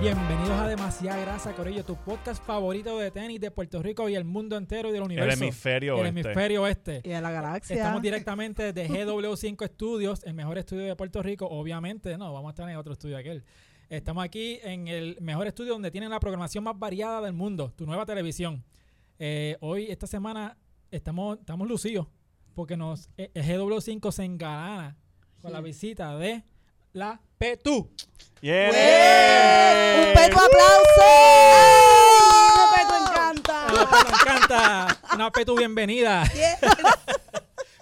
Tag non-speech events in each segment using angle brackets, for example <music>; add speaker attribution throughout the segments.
Speaker 1: Bienvenidos a Demasiada Grasa, Corillo, tu podcast favorito de tenis de Puerto Rico y el mundo entero y del universo.
Speaker 2: El hemisferio
Speaker 1: El
Speaker 2: oeste.
Speaker 1: hemisferio este.
Speaker 3: Y a la galaxia.
Speaker 1: Estamos directamente desde GW5 Studios, el mejor estudio de Puerto Rico. Obviamente, no, vamos a estar en otro estudio aquel. Estamos aquí en el mejor estudio donde tienen la programación más variada del mundo, tu nueva televisión. Eh, hoy, esta semana, estamos, estamos lucidos porque nos, eh, el GW5 se engalana con la visita de la Petú.
Speaker 2: Yeah.
Speaker 3: ¡Wey! ¡Un peto aplauso! ¡Ay,
Speaker 1: Ah.
Speaker 3: ¡Un peto
Speaker 1: Hola,
Speaker 3: encanta!
Speaker 1: Petú, me encanta. Una Petú, bienvenida.
Speaker 4: Bien.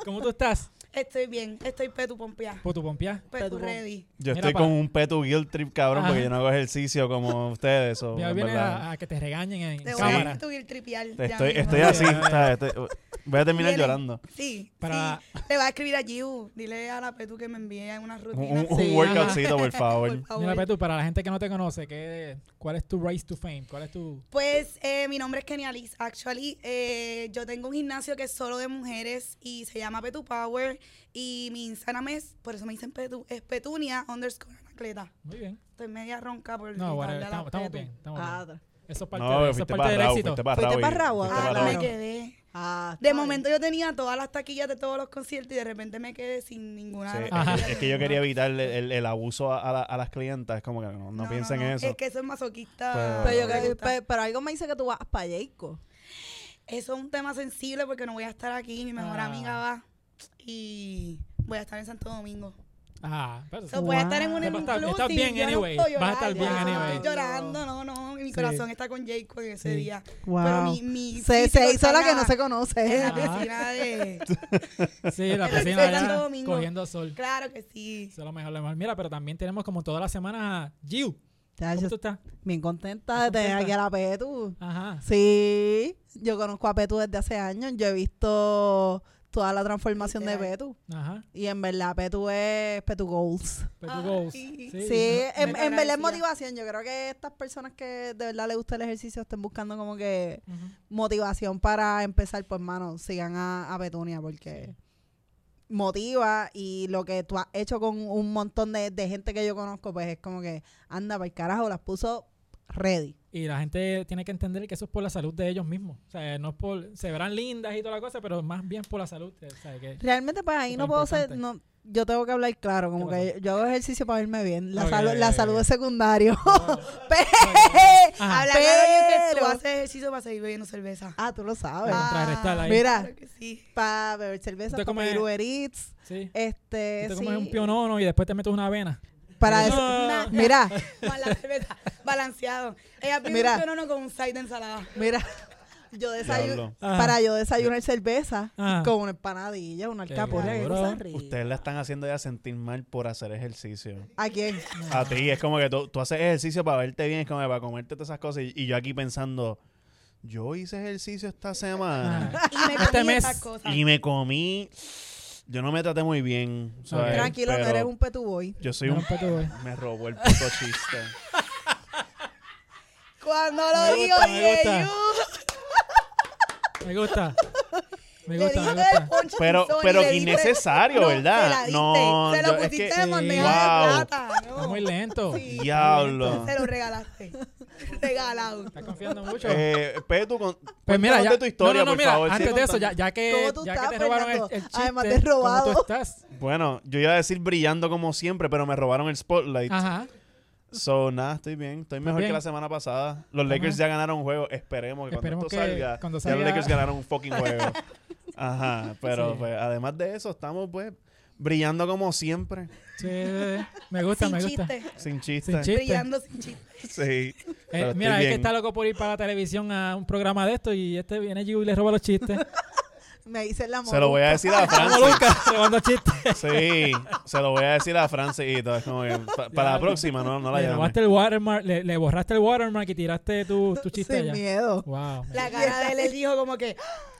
Speaker 1: ¿Cómo tú estás?
Speaker 4: Estoy bien, estoy petu pompea.
Speaker 1: Petu Pompiá.
Speaker 4: Petu
Speaker 3: Petu pom-
Speaker 4: ready.
Speaker 2: Yo
Speaker 1: Mira
Speaker 2: estoy
Speaker 1: pa-
Speaker 2: con un petu guilt trip cabrón
Speaker 1: Ajá.
Speaker 2: porque yo no hago ejercicio como ustedes. o,
Speaker 1: Ya
Speaker 2: Oh, en
Speaker 1: vienes
Speaker 2: verdad.
Speaker 1: a, a que te regañen en
Speaker 4: Te voy a
Speaker 1: cámara.
Speaker 4: dar tu guilt tripear. ya
Speaker 2: Estoy,
Speaker 4: mismo.
Speaker 2: estoy
Speaker 1: Ya,
Speaker 2: así.
Speaker 1: ya, ya.
Speaker 2: ¿sabes? Estoy- voy a terminar
Speaker 4: Vienen.
Speaker 2: llorando.
Speaker 4: Sí,
Speaker 1: Para-
Speaker 4: sí. Le va a escribir a Giu. Dile a la petu que me envíe una
Speaker 2: Un,
Speaker 4: rutina.
Speaker 2: un,
Speaker 4: Sí,
Speaker 2: un
Speaker 3: Sí,
Speaker 2: workoutcito,
Speaker 4: <laughs>
Speaker 2: por
Speaker 4: por
Speaker 2: favor.
Speaker 4: favor.
Speaker 1: Mira, Petu, para la gente que no te conoce, ¿qué, ¿cuál es tu race to fame? ¿Cuál es tu...?
Speaker 4: Pues eh, mi nombre es Kenia Liz. Actually, eh, yo tengo un gimnasio que es solo de mujeres y se llama Petu Power. Y mi Instagram es, por eso me dicen Petu, es Petunia underscore atleta.
Speaker 1: Muy bien.
Speaker 4: Estoy media ronca por
Speaker 1: No, bueno,
Speaker 4: gritarle a la
Speaker 1: estamos, estamos
Speaker 4: Petu.
Speaker 1: bien, estamos
Speaker 3: Ah,
Speaker 1: bien. Eso es parte,
Speaker 2: No,
Speaker 1: de- eso es
Speaker 2: fuiste
Speaker 1: parte
Speaker 2: para
Speaker 1: del
Speaker 2: Raúl,
Speaker 1: éxito.
Speaker 2: fuiste para
Speaker 3: Fuiste
Speaker 2: Raúl.
Speaker 3: para Raúl.
Speaker 2: fuiste
Speaker 4: Ah,
Speaker 2: para
Speaker 4: no me
Speaker 2: Raúl.
Speaker 4: quedé.
Speaker 3: ah, está
Speaker 4: De
Speaker 3: bien.
Speaker 4: momento yo tenía todas las taquillas de todos los conciertos y de repente me quedé sin ninguna.
Speaker 2: Sí,
Speaker 4: de las
Speaker 1: Ajá.
Speaker 4: taquillas
Speaker 2: es que
Speaker 4: de
Speaker 2: yo
Speaker 4: ninguna.
Speaker 2: quería evitar el, el- el abuso a, a la- a las clientas. Como que no, no piensen en
Speaker 4: no.
Speaker 2: eso.
Speaker 4: Es que eso es masoquista.
Speaker 2: Pero-
Speaker 4: Ah, no
Speaker 3: Pero, yo
Speaker 4: me
Speaker 3: creo-
Speaker 4: gusta.
Speaker 3: pe- pero algo me dice que tú vas para Jayco.
Speaker 4: Eso es un tema sensible porque no voy a estar aquí. Mi mejor
Speaker 1: Ah.
Speaker 4: amiga va y voy a estar en Santo Domingo.
Speaker 1: Ah, pero
Speaker 4: So, voy a estar en un
Speaker 1: Vas a estar-
Speaker 4: inclusive,
Speaker 1: estás bien
Speaker 4: yo no
Speaker 1: anyway,
Speaker 4: puedo
Speaker 1: vas a estar
Speaker 4: llorar,
Speaker 1: bien
Speaker 4: ya,
Speaker 1: anyway.
Speaker 4: Estoy llorando, no, no. Mi
Speaker 1: Sí.
Speaker 4: corazón está con Jacob en ese
Speaker 1: Sí.
Speaker 4: día.
Speaker 3: Wow.
Speaker 4: Pero mi, mi
Speaker 3: se,
Speaker 4: físico
Speaker 3: se hizo
Speaker 4: está
Speaker 3: la
Speaker 4: en
Speaker 3: que no se conoce.
Speaker 4: en
Speaker 3: <laughs>
Speaker 4: la
Speaker 1: Ah.
Speaker 4: piscina de.
Speaker 1: sí, la
Speaker 4: <laughs> Estoy
Speaker 1: piscina
Speaker 4: Santo
Speaker 1: <laughs> allá
Speaker 4: Domingo.
Speaker 1: cogiendo sol.
Speaker 4: Claro que sí.
Speaker 1: Eso es lo mejor, lo mejor. Mira, pero también tenemos como todas las semanas a Giu.
Speaker 3: Ya,
Speaker 1: ¿Cómo
Speaker 3: yo
Speaker 1: tú estás?
Speaker 3: bien contenta de
Speaker 1: ¿Estás
Speaker 3: tener aquí
Speaker 1: contenta?
Speaker 3: a la Petu.
Speaker 1: Ajá.
Speaker 3: Sí, yo conozco a Petu desde hace años. Yo he visto toda la transformación de
Speaker 4: Literal.
Speaker 3: Petu.
Speaker 1: Ajá.
Speaker 3: Y en verdad, Petu es Petu Goals.
Speaker 1: Petu
Speaker 4: Ay.
Speaker 1: goes.
Speaker 4: Ah, Sí,
Speaker 3: Sí,
Speaker 1: ajá.
Speaker 3: en,
Speaker 4: Muchas
Speaker 3: en verdad es
Speaker 4: gracias.
Speaker 3: motivación. Yo creo que estas personas que de verdad les gusta el ejercicio estén buscando como que
Speaker 1: Ujú.
Speaker 3: motivación para empezar, pues hermano, sigan a, a Petunia porque motiva y lo que tú has hecho con un montón de, de gente que yo conozco, pues es como que anda para el carajo, las puso ready.
Speaker 1: Y la gente tiene que entender que eso es por la salud de ellos mismos. O sea, no es por... Se verán lindas y toda la cosa, pero más bien por la salud. O sea, que...
Speaker 3: Realmente, pues ahí
Speaker 1: Súper
Speaker 3: no puedo ser,
Speaker 1: importante.
Speaker 3: no, yo tengo que hablar claro, como
Speaker 1: ¿Qué
Speaker 3: que yo hago ejercicio para irme bien. La,
Speaker 1: Ok,
Speaker 3: salud, la
Speaker 1: ok,
Speaker 3: salud
Speaker 1: ok.
Speaker 3: es secundario. <laughs>
Speaker 1: Ajá.
Speaker 4: Habla claro que tú
Speaker 3: Pero-
Speaker 4: haces ejercicio para seguir bebiendo cerveza.
Speaker 3: ah, tú lo sabes.
Speaker 1: Ah, contrarrestar ahí.
Speaker 3: Mira.
Speaker 4: claro que sí. <laughs>
Speaker 3: Para beber cerveza,
Speaker 1: Usted
Speaker 3: para
Speaker 1: come-
Speaker 3: pedir Uber Eats,
Speaker 1: Sí.
Speaker 3: este,
Speaker 1: Tú te
Speaker 3: sí,
Speaker 1: comes un Ah. pionono y después te metes una avena. No.
Speaker 3: para eso. Mira,
Speaker 4: Con la cerveza, balanceado. Ella pide
Speaker 3: Mira.
Speaker 4: un pionono con un side de ensalada.
Speaker 3: mira, yo desayuno,
Speaker 2: Diablo.
Speaker 1: Ajá.
Speaker 3: para yo desayunar cerveza
Speaker 1: Ajá.
Speaker 3: con una empanadilla, una
Speaker 1: Qué
Speaker 3: alcapurria, qué
Speaker 1: duro.
Speaker 3: cosa rica.
Speaker 2: Ustedes la están haciendo ya sentir mal por hacer ejercicio.
Speaker 3: ¿A quién?
Speaker 2: A ti, es como que tú, tú haces ejercicio para verte bien, es como que para comerte todas esas cosas. Y, y yo aquí pensando, yo hice ejercicio
Speaker 1: <laughs>
Speaker 2: esta semana
Speaker 4: <laughs> Y me
Speaker 1: Este
Speaker 4: comí
Speaker 1: mes.
Speaker 4: esas cosas.
Speaker 2: y me comí. Yo no me traté muy bien. ¿sabes?
Speaker 3: Tranquilo, no
Speaker 2: Pero
Speaker 3: eres un petuboy.
Speaker 2: Yo soy
Speaker 1: No,
Speaker 2: un.
Speaker 1: espérate, voy.
Speaker 2: <laughs> Me robó el puto
Speaker 4: <laughs>
Speaker 2: chiste.
Speaker 4: Cuando
Speaker 1: Me
Speaker 4: lo digo,
Speaker 1: gusta, me gusta.
Speaker 4: Yeyu,
Speaker 1: Me gusta. Me
Speaker 4: le
Speaker 1: gusta, me
Speaker 4: diste el
Speaker 1: gusta.
Speaker 4: ponche
Speaker 2: Pero,
Speaker 4: Sony,
Speaker 2: pero
Speaker 4: le
Speaker 2: qué
Speaker 4: diste-
Speaker 2: innecesario,
Speaker 4: No, se la
Speaker 2: ¿verdad?
Speaker 4: diste,
Speaker 2: no,
Speaker 4: se
Speaker 2: yo- es
Speaker 4: lo pusiste
Speaker 2: que-
Speaker 4: de bandeja
Speaker 2: wow.
Speaker 4: de plata. no.
Speaker 1: Está muy lento.
Speaker 4: Sí,
Speaker 2: Diablo.
Speaker 4: Se lo regalaste. <laughs> Regalado.
Speaker 1: Estás confiando mucho.
Speaker 2: Eh, Petu, con,
Speaker 1: pues mira, ya,
Speaker 2: cuéntanos de tu
Speaker 1: no, no,
Speaker 2: historia,
Speaker 1: no,
Speaker 2: por
Speaker 1: mira,
Speaker 2: favor. sí,
Speaker 1: antes de eso,
Speaker 2: contame.
Speaker 1: ya, ya que,
Speaker 3: ¿Cómo tú
Speaker 1: ya
Speaker 3: estás,
Speaker 1: que te robaron el,
Speaker 3: Fernando?
Speaker 1: el chiste,
Speaker 3: Además de
Speaker 1: ¿cómo
Speaker 3: robado.
Speaker 1: tú estás?
Speaker 2: Bueno, yo iba a decir brillando como siempre, pero me robaron el spotlight.
Speaker 1: Ajá.
Speaker 2: So, nada, estoy bien. Estoy mejor
Speaker 1: bien?
Speaker 2: que la semana pasada. Los Lakers ya ganaron un juego. Esperemos que
Speaker 1: Esperemos
Speaker 2: cuando esto
Speaker 1: que
Speaker 2: salga,
Speaker 1: cuando
Speaker 2: ya
Speaker 1: salga-
Speaker 2: los Lakers ganaron
Speaker 1: <laughs>
Speaker 2: un fucking juego. Ajá, pero
Speaker 1: Sí.
Speaker 2: pues, además de eso, estamos pues brillando como siempre.
Speaker 1: Sí, me gusta,
Speaker 4: Sin
Speaker 1: me gusta.
Speaker 4: chiste.
Speaker 2: Sin chiste.
Speaker 1: Sin chiste.
Speaker 4: Brillando sin chiste.
Speaker 1: Eh,
Speaker 2: Sí. pero
Speaker 1: mira,
Speaker 2: estoy
Speaker 1: es que
Speaker 2: bien.
Speaker 1: está loco por ir para la televisión a un programa de esto y este viene allí y le roba los chistes. <laughs>
Speaker 3: Me dice la
Speaker 2: Se lo voy a decir a
Speaker 1: Como
Speaker 2: Francis.
Speaker 1: Lucas, robando chistes.
Speaker 2: Sí, se lo voy a decir a Francis y todo. Es como que pa- para la próxima, no, no la
Speaker 1: Le
Speaker 2: llames.
Speaker 1: robaste el watermark, le, le borraste el watermark y tiraste tu,
Speaker 4: <laughs>
Speaker 1: tu chiste
Speaker 3: Sin
Speaker 1: allá.
Speaker 3: miedo.
Speaker 1: Wow.
Speaker 4: La cara de él le dijo como que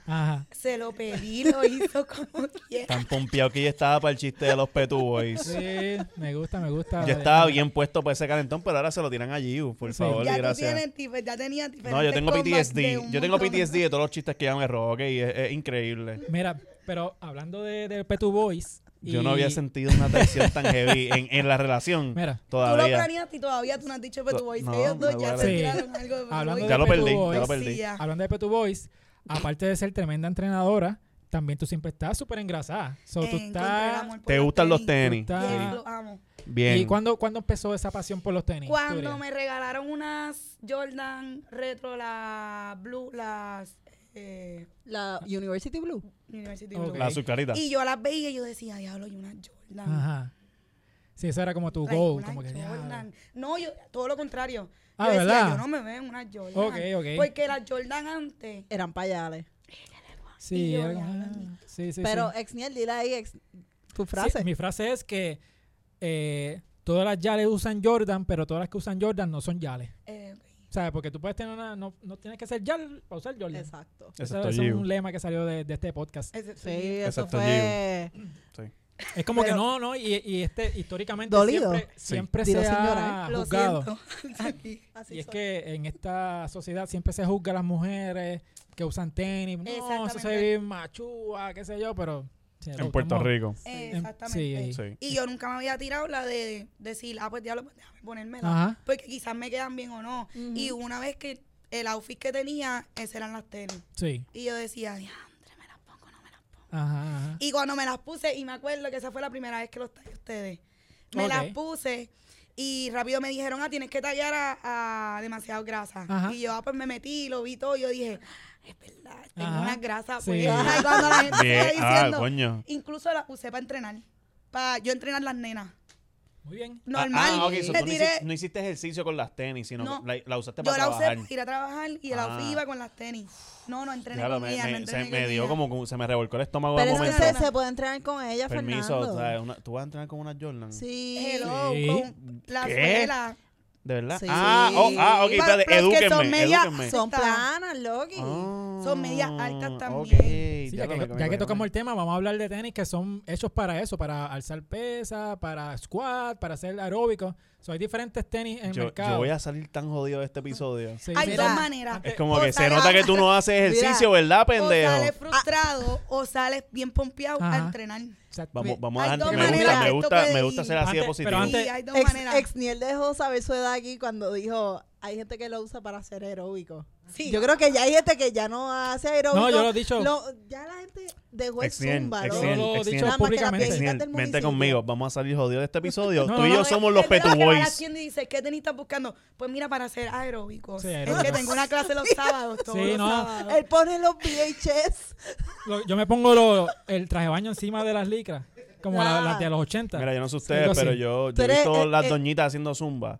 Speaker 1: Ajá.
Speaker 4: se lo pedí, lo hizo como
Speaker 2: <laughs>
Speaker 4: quiera.
Speaker 2: Tan pompeado que yo estaba para el chiste de los Petu Boys.
Speaker 1: Sí, me gusta, me gusta.
Speaker 2: Yo estaba bien puesto para ese calentón, pero ahora se lo tiran a Giu, por
Speaker 1: Sí.
Speaker 2: favor,
Speaker 4: Ya
Speaker 2: y
Speaker 4: tú
Speaker 2: gracias.
Speaker 4: tienes, tif- ya tenía
Speaker 2: No, yo
Speaker 4: diferentes
Speaker 2: tengo
Speaker 4: comebacks de
Speaker 2: PTSD.
Speaker 4: un
Speaker 2: Yo tengo
Speaker 4: montón.
Speaker 2: PTSD de todos los chistes que ya me robó, ok. Es, es increíble.
Speaker 1: Mira, pero hablando de, de Petu Boys,
Speaker 2: Yo
Speaker 1: Y-
Speaker 2: no había sentido una tensión tan heavy en, en la relación
Speaker 1: <laughs> Mira,
Speaker 4: Tú lo
Speaker 2: todavía.
Speaker 4: planeaste y todavía tú no has dicho Petu Boys.
Speaker 2: No,
Speaker 4: Ellos dos
Speaker 2: me
Speaker 4: ya
Speaker 2: vale.
Speaker 4: se
Speaker 1: Sí.
Speaker 4: tiraron algo de Petu
Speaker 1: Hablando
Speaker 4: Boys.
Speaker 1: de
Speaker 2: ya lo
Speaker 1: Petu
Speaker 2: perdí,
Speaker 1: Boys,
Speaker 2: ya lo
Speaker 4: Pues sí,
Speaker 2: perdí.
Speaker 4: ya.
Speaker 1: hablando de Petu Boys, aparte de ser tremenda entrenadora, también tú siempre estás súper engrasada. So, tú
Speaker 4: Encontré el
Speaker 1: estás-
Speaker 4: amor por
Speaker 2: ¿Te
Speaker 4: los
Speaker 2: gustan los tenis?
Speaker 1: Tú estás-
Speaker 4: Yes,
Speaker 1: Sí.
Speaker 4: lo amo.
Speaker 2: Bien.
Speaker 1: ¿Y cuándo, cuándo empezó esa pasión por los tenis?
Speaker 4: Cuando
Speaker 1: Turia?
Speaker 4: me regalaron unas Jordan Retro, las Blue, las eh,
Speaker 3: La University Blue.
Speaker 4: University
Speaker 1: Ok.
Speaker 4: Blue.
Speaker 2: La azucarita.
Speaker 4: Y yo las veía y yo decía, diablo, y unas Jordan.
Speaker 1: Ajá. Sí, eso era como tu
Speaker 4: Ay,
Speaker 1: goal.
Speaker 4: unas
Speaker 1: Como que,
Speaker 4: Jordan. No, yo, todo lo contrario.
Speaker 1: Ah,
Speaker 4: yo decía,
Speaker 1: ¿verdad?
Speaker 4: yo no me veo en unas Jordan.
Speaker 1: Ok, ok.
Speaker 4: Porque las Jordan antes.
Speaker 3: Eran payales.
Speaker 1: "Diablo". Sí,
Speaker 4: Y yo,
Speaker 1: era como,
Speaker 4: "Diablo,
Speaker 1: ah,
Speaker 4: mi-
Speaker 1: sí, sí,
Speaker 3: Pero
Speaker 1: sí.
Speaker 3: ex Niel, dile ahí ex, tu
Speaker 1: Sí,
Speaker 3: frase.
Speaker 1: mi frase es que eh, todas las yales usan Jordan, pero todas las que usan Jordan no son yales.
Speaker 4: eh, ok.
Speaker 1: ¿Sabes? Porque tú puedes tener una. No, no tienes que ser yal para usar Jordan.
Speaker 3: Exacto.
Speaker 1: Eso-
Speaker 2: Excepto
Speaker 1: eso es
Speaker 2: you.
Speaker 1: un lema que salió de, de este podcast.
Speaker 4: Ese-
Speaker 3: Sí, eso
Speaker 2: Exacto,
Speaker 3: fue.
Speaker 1: Es como
Speaker 3: Pero-
Speaker 1: que no, no, y, y este históricamente
Speaker 3: Dolido.
Speaker 1: siempre,
Speaker 2: Sí.
Speaker 1: siempre
Speaker 3: Dilo
Speaker 1: se
Speaker 3: sin
Speaker 1: ha
Speaker 3: llorar.
Speaker 4: Lo
Speaker 1: juzgado.
Speaker 4: siento. <laughs> Sí.
Speaker 3: Así
Speaker 1: Y es
Speaker 3: soy.
Speaker 1: que en esta sociedad siempre se juzga a las mujeres que usan tenis. No, eso se ve
Speaker 4: Exactamente.
Speaker 1: bien machúa, qué sé yo, pero... sí,
Speaker 2: En
Speaker 1: lo
Speaker 2: Puerto
Speaker 1: estamos-
Speaker 2: Rico.
Speaker 4: Eh,
Speaker 1: en-
Speaker 4: Exactamente.
Speaker 1: Em, sí.
Speaker 2: Sí.
Speaker 4: Y yo nunca me había tirado la de decir, ah, pues diablo, pues déjame ponérmela.
Speaker 1: Ajá.
Speaker 4: Porque quizás me quedan bien o no.
Speaker 3: Ujú.
Speaker 4: Y una vez que el outfit que tenía, esas eran las tenis.
Speaker 1: Sí.
Speaker 4: Y yo decía, diantre, me las pongo, no me las pongo.
Speaker 1: Ajá, ajá.
Speaker 4: Y cuando me las puse, y me acuerdo que esa fue la primera vez que los tagué a ustedes. Me
Speaker 1: Ok.
Speaker 4: las puse y rápido me dijeron, ah, tienes que tallar a, a demasiado grasa.
Speaker 1: Ajá.
Speaker 4: Y yo, ah, pues me metí, lo vi todo. Y yo dije, "Ah, es verdad, tengo
Speaker 1: Ajá.
Speaker 4: unas grasas.
Speaker 1: Sí.
Speaker 4: Pues. <laughs> Y cuando la gente se
Speaker 2: Bien.
Speaker 4: iba
Speaker 2: Ah,
Speaker 4: diciendo,
Speaker 2: coño.
Speaker 4: Incluso la usé para entrenar. Para yo entrenar las nenas.
Speaker 1: Muy bien.
Speaker 4: Normal.
Speaker 2: Ah, ah, ok, so
Speaker 4: Le
Speaker 2: tú no,
Speaker 4: tiré-
Speaker 2: hiciste, no hiciste ejercicio con las tenis, sino
Speaker 4: No.
Speaker 2: que la, la usaste
Speaker 4: yo
Speaker 2: para
Speaker 4: la
Speaker 2: trabajar.
Speaker 4: usé para ir a trabajar y la
Speaker 2: Ah.
Speaker 4: usé iba con las tenis. No, no entrené
Speaker 2: Diablo,
Speaker 4: con
Speaker 2: me,
Speaker 4: ella,
Speaker 2: me-
Speaker 4: no
Speaker 2: se
Speaker 4: entrené
Speaker 2: me
Speaker 4: con
Speaker 2: dio
Speaker 4: ella.
Speaker 2: como, como- se me revolcó el estómago
Speaker 3: Pero
Speaker 2: de
Speaker 3: es que
Speaker 2: momento.
Speaker 3: se, se puede entrenar con ella,
Speaker 2: Permiso,
Speaker 3: Fernando.
Speaker 2: o sea, una- tú vas a entrenar con una Jordan.
Speaker 3: Sí.
Speaker 4: Hello,
Speaker 1: Sí.
Speaker 4: con la
Speaker 2: ¿Qué?
Speaker 4: suela.
Speaker 2: ¿De verdad?
Speaker 3: Sí.
Speaker 2: Ah, oh, ah, ok,
Speaker 4: Pero-
Speaker 2: espérate,
Speaker 4: pero es que son
Speaker 2: edúquenme,
Speaker 4: media-
Speaker 2: edúquenme.
Speaker 3: Son
Speaker 4: Está.
Speaker 3: planas, Loki.
Speaker 2: Ah,
Speaker 4: son medias altas
Speaker 2: ok,
Speaker 4: también.
Speaker 1: Sí,
Speaker 2: ya
Speaker 1: ya,
Speaker 2: lo
Speaker 1: que,
Speaker 2: me-
Speaker 1: ya
Speaker 2: me-
Speaker 1: que tocamos
Speaker 2: me-
Speaker 1: el tema, vamos a hablar de tenis que son hechos para eso, para alzar pesa, para squat, para hacer aeróbico. So, hay diferentes tenis en el
Speaker 2: yo,
Speaker 1: mercado.
Speaker 2: yo voy a salir tan jodido de este episodio.
Speaker 1: Sí,
Speaker 4: Hay
Speaker 1: sí.
Speaker 3: mira.
Speaker 4: dos maneras.
Speaker 2: Es como
Speaker 4: O
Speaker 2: que se
Speaker 4: sale-
Speaker 2: nota que tú no haces ejercicio, ¿verdad,
Speaker 4: O
Speaker 2: pendejo?
Speaker 4: sales frustrado o sales bien pompeado
Speaker 1: Ajá.
Speaker 4: a entrenar.
Speaker 1: Exacto.
Speaker 2: Vamos,
Speaker 1: Mi-
Speaker 2: vamos
Speaker 4: Hay
Speaker 2: a dejar.
Speaker 4: dos
Speaker 2: Me gusta,
Speaker 4: maneras,
Speaker 2: me
Speaker 4: esto
Speaker 2: gusta,
Speaker 4: puede
Speaker 2: me gusta
Speaker 4: ir.
Speaker 2: ser así de
Speaker 1: Antes-
Speaker 2: positivo.
Speaker 1: pero
Speaker 4: Sí,
Speaker 1: antes-
Speaker 4: hay dos
Speaker 3: Ex,
Speaker 4: maneras.
Speaker 3: Exniel dejó saber su edad aquí cuando dijo, hay gente que lo usa para hacer aeróbico.
Speaker 4: Sí.
Speaker 3: Yo creo que ya hay gente que ya no hace aeróbico.
Speaker 1: No, yo lo he dicho.
Speaker 3: Lo- ya la gente dejó el
Speaker 2: Exniel,
Speaker 3: zumba.
Speaker 1: Yo
Speaker 3: ¿no?
Speaker 2: Exniel,
Speaker 1: lo he
Speaker 2: Exniel.
Speaker 1: dicho
Speaker 3: Nada más que la
Speaker 1: públicamente.
Speaker 3: piel.
Speaker 2: Daniel,
Speaker 3: del
Speaker 2: vente
Speaker 3: municipio.
Speaker 2: conmigo, vamos a salir jodidos de este episodio.
Speaker 1: No,
Speaker 2: Tú y
Speaker 1: no,
Speaker 2: yo
Speaker 1: no,
Speaker 2: somos los
Speaker 4: Es verdad
Speaker 2: Petu
Speaker 4: que va a la
Speaker 2: Boys.
Speaker 4: tienda y dice, ¿qué tenis estás buscando? Pues mira, para hacer aeróbicos.
Speaker 1: Sí,
Speaker 4: es que
Speaker 1: aeróbicos.
Speaker 4: tengo una clase los sábados, todos
Speaker 1: Sí,
Speaker 4: los
Speaker 1: no.
Speaker 4: sábados.
Speaker 3: Él pone los VHS.
Speaker 1: lo- yo me pongo lo- el traje de baño encima de las licras, como la-
Speaker 3: Ah.
Speaker 1: las de los 80.
Speaker 2: Mira, yo no sé ustedes,
Speaker 1: Algo así.
Speaker 2: pero yo,
Speaker 3: Tú
Speaker 2: yo he
Speaker 3: eres,
Speaker 2: visto
Speaker 3: eh,
Speaker 2: las
Speaker 3: eh,
Speaker 2: doñitas haciendo zumba.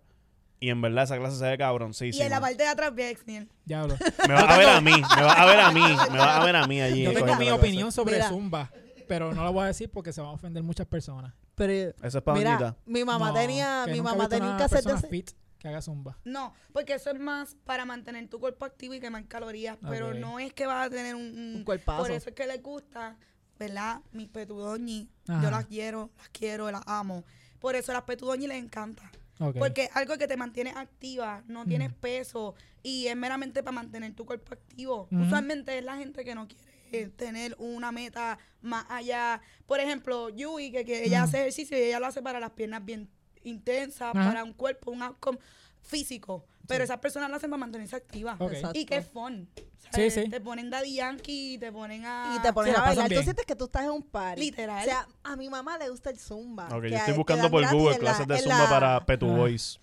Speaker 2: Y en verdad esa clase se ve
Speaker 4: Y en la
Speaker 2: cabroncísima.
Speaker 4: parte de atrás ve a Exniel.
Speaker 1: Diablo. <laughs>
Speaker 2: Me vas a ver a mí, me vas a ver a mí, me vas a ver a mí allí.
Speaker 1: Yo tengo
Speaker 2: cogiendo
Speaker 1: mi
Speaker 2: la
Speaker 1: opinión sobre
Speaker 3: Mira.
Speaker 1: Zumba, pero no la voy a decir porque se van a ofender muchas personas.
Speaker 3: Pero,
Speaker 2: clase. Eso es para
Speaker 3: mira,
Speaker 2: doñita.
Speaker 3: mi mamá
Speaker 1: No,
Speaker 3: tenía,
Speaker 1: que
Speaker 3: mi
Speaker 1: nunca he
Speaker 3: mamá
Speaker 1: visto
Speaker 3: tenía un
Speaker 1: una
Speaker 3: cassette de
Speaker 1: persona
Speaker 3: ese-
Speaker 1: fit que haga Zumba.
Speaker 4: No, porque eso es más para mantener tu cuerpo activo y quemar calorías, pero
Speaker 1: Ok.
Speaker 4: no es que vas a tener un, un-
Speaker 3: Un cuerpazo.
Speaker 4: Por eso es que les gusta, ¿verdad? Mis petudoñi,
Speaker 1: Ajá.
Speaker 4: yo las quiero, las quiero, las amo. Por eso a las petudoñi les encanta.
Speaker 1: Ok.
Speaker 4: Porque es algo que te mantiene activa, no tienes
Speaker 1: Mm.
Speaker 4: peso y es meramente para mantener tu cuerpo activo.
Speaker 1: Ujú.
Speaker 4: Usualmente es la gente que no quiere eh, tener una meta más allá. Por ejemplo, Yui, que, que ella
Speaker 1: Ujú.
Speaker 4: hace ejercicio y ella lo hace para las piernas bien intensas,
Speaker 1: Ajá.
Speaker 4: para un cuerpo, un outcome físico. Pero esas personas lo hacen para mantenerse activa.
Speaker 1: Ok.
Speaker 4: Y que es fun. ¿sabes? Te ponen Daddy Yankee, te ponen a...
Speaker 3: Y te ponen
Speaker 1: Sí, la
Speaker 3: a bailar.
Speaker 1: pasan bien.
Speaker 3: Tú sientes que tú estás en un party.
Speaker 4: Literal.
Speaker 3: O sea, a mi mamá le gusta el zumba.
Speaker 2: Ok,
Speaker 3: que
Speaker 2: yo
Speaker 3: hay-
Speaker 2: estoy
Speaker 3: que
Speaker 2: buscando
Speaker 3: dan
Speaker 2: por
Speaker 3: gratis
Speaker 2: Google
Speaker 3: en la-
Speaker 2: clases de
Speaker 3: en
Speaker 2: zumba
Speaker 3: la-
Speaker 2: para Petu
Speaker 1: Ah. <laughs>
Speaker 2: Boys.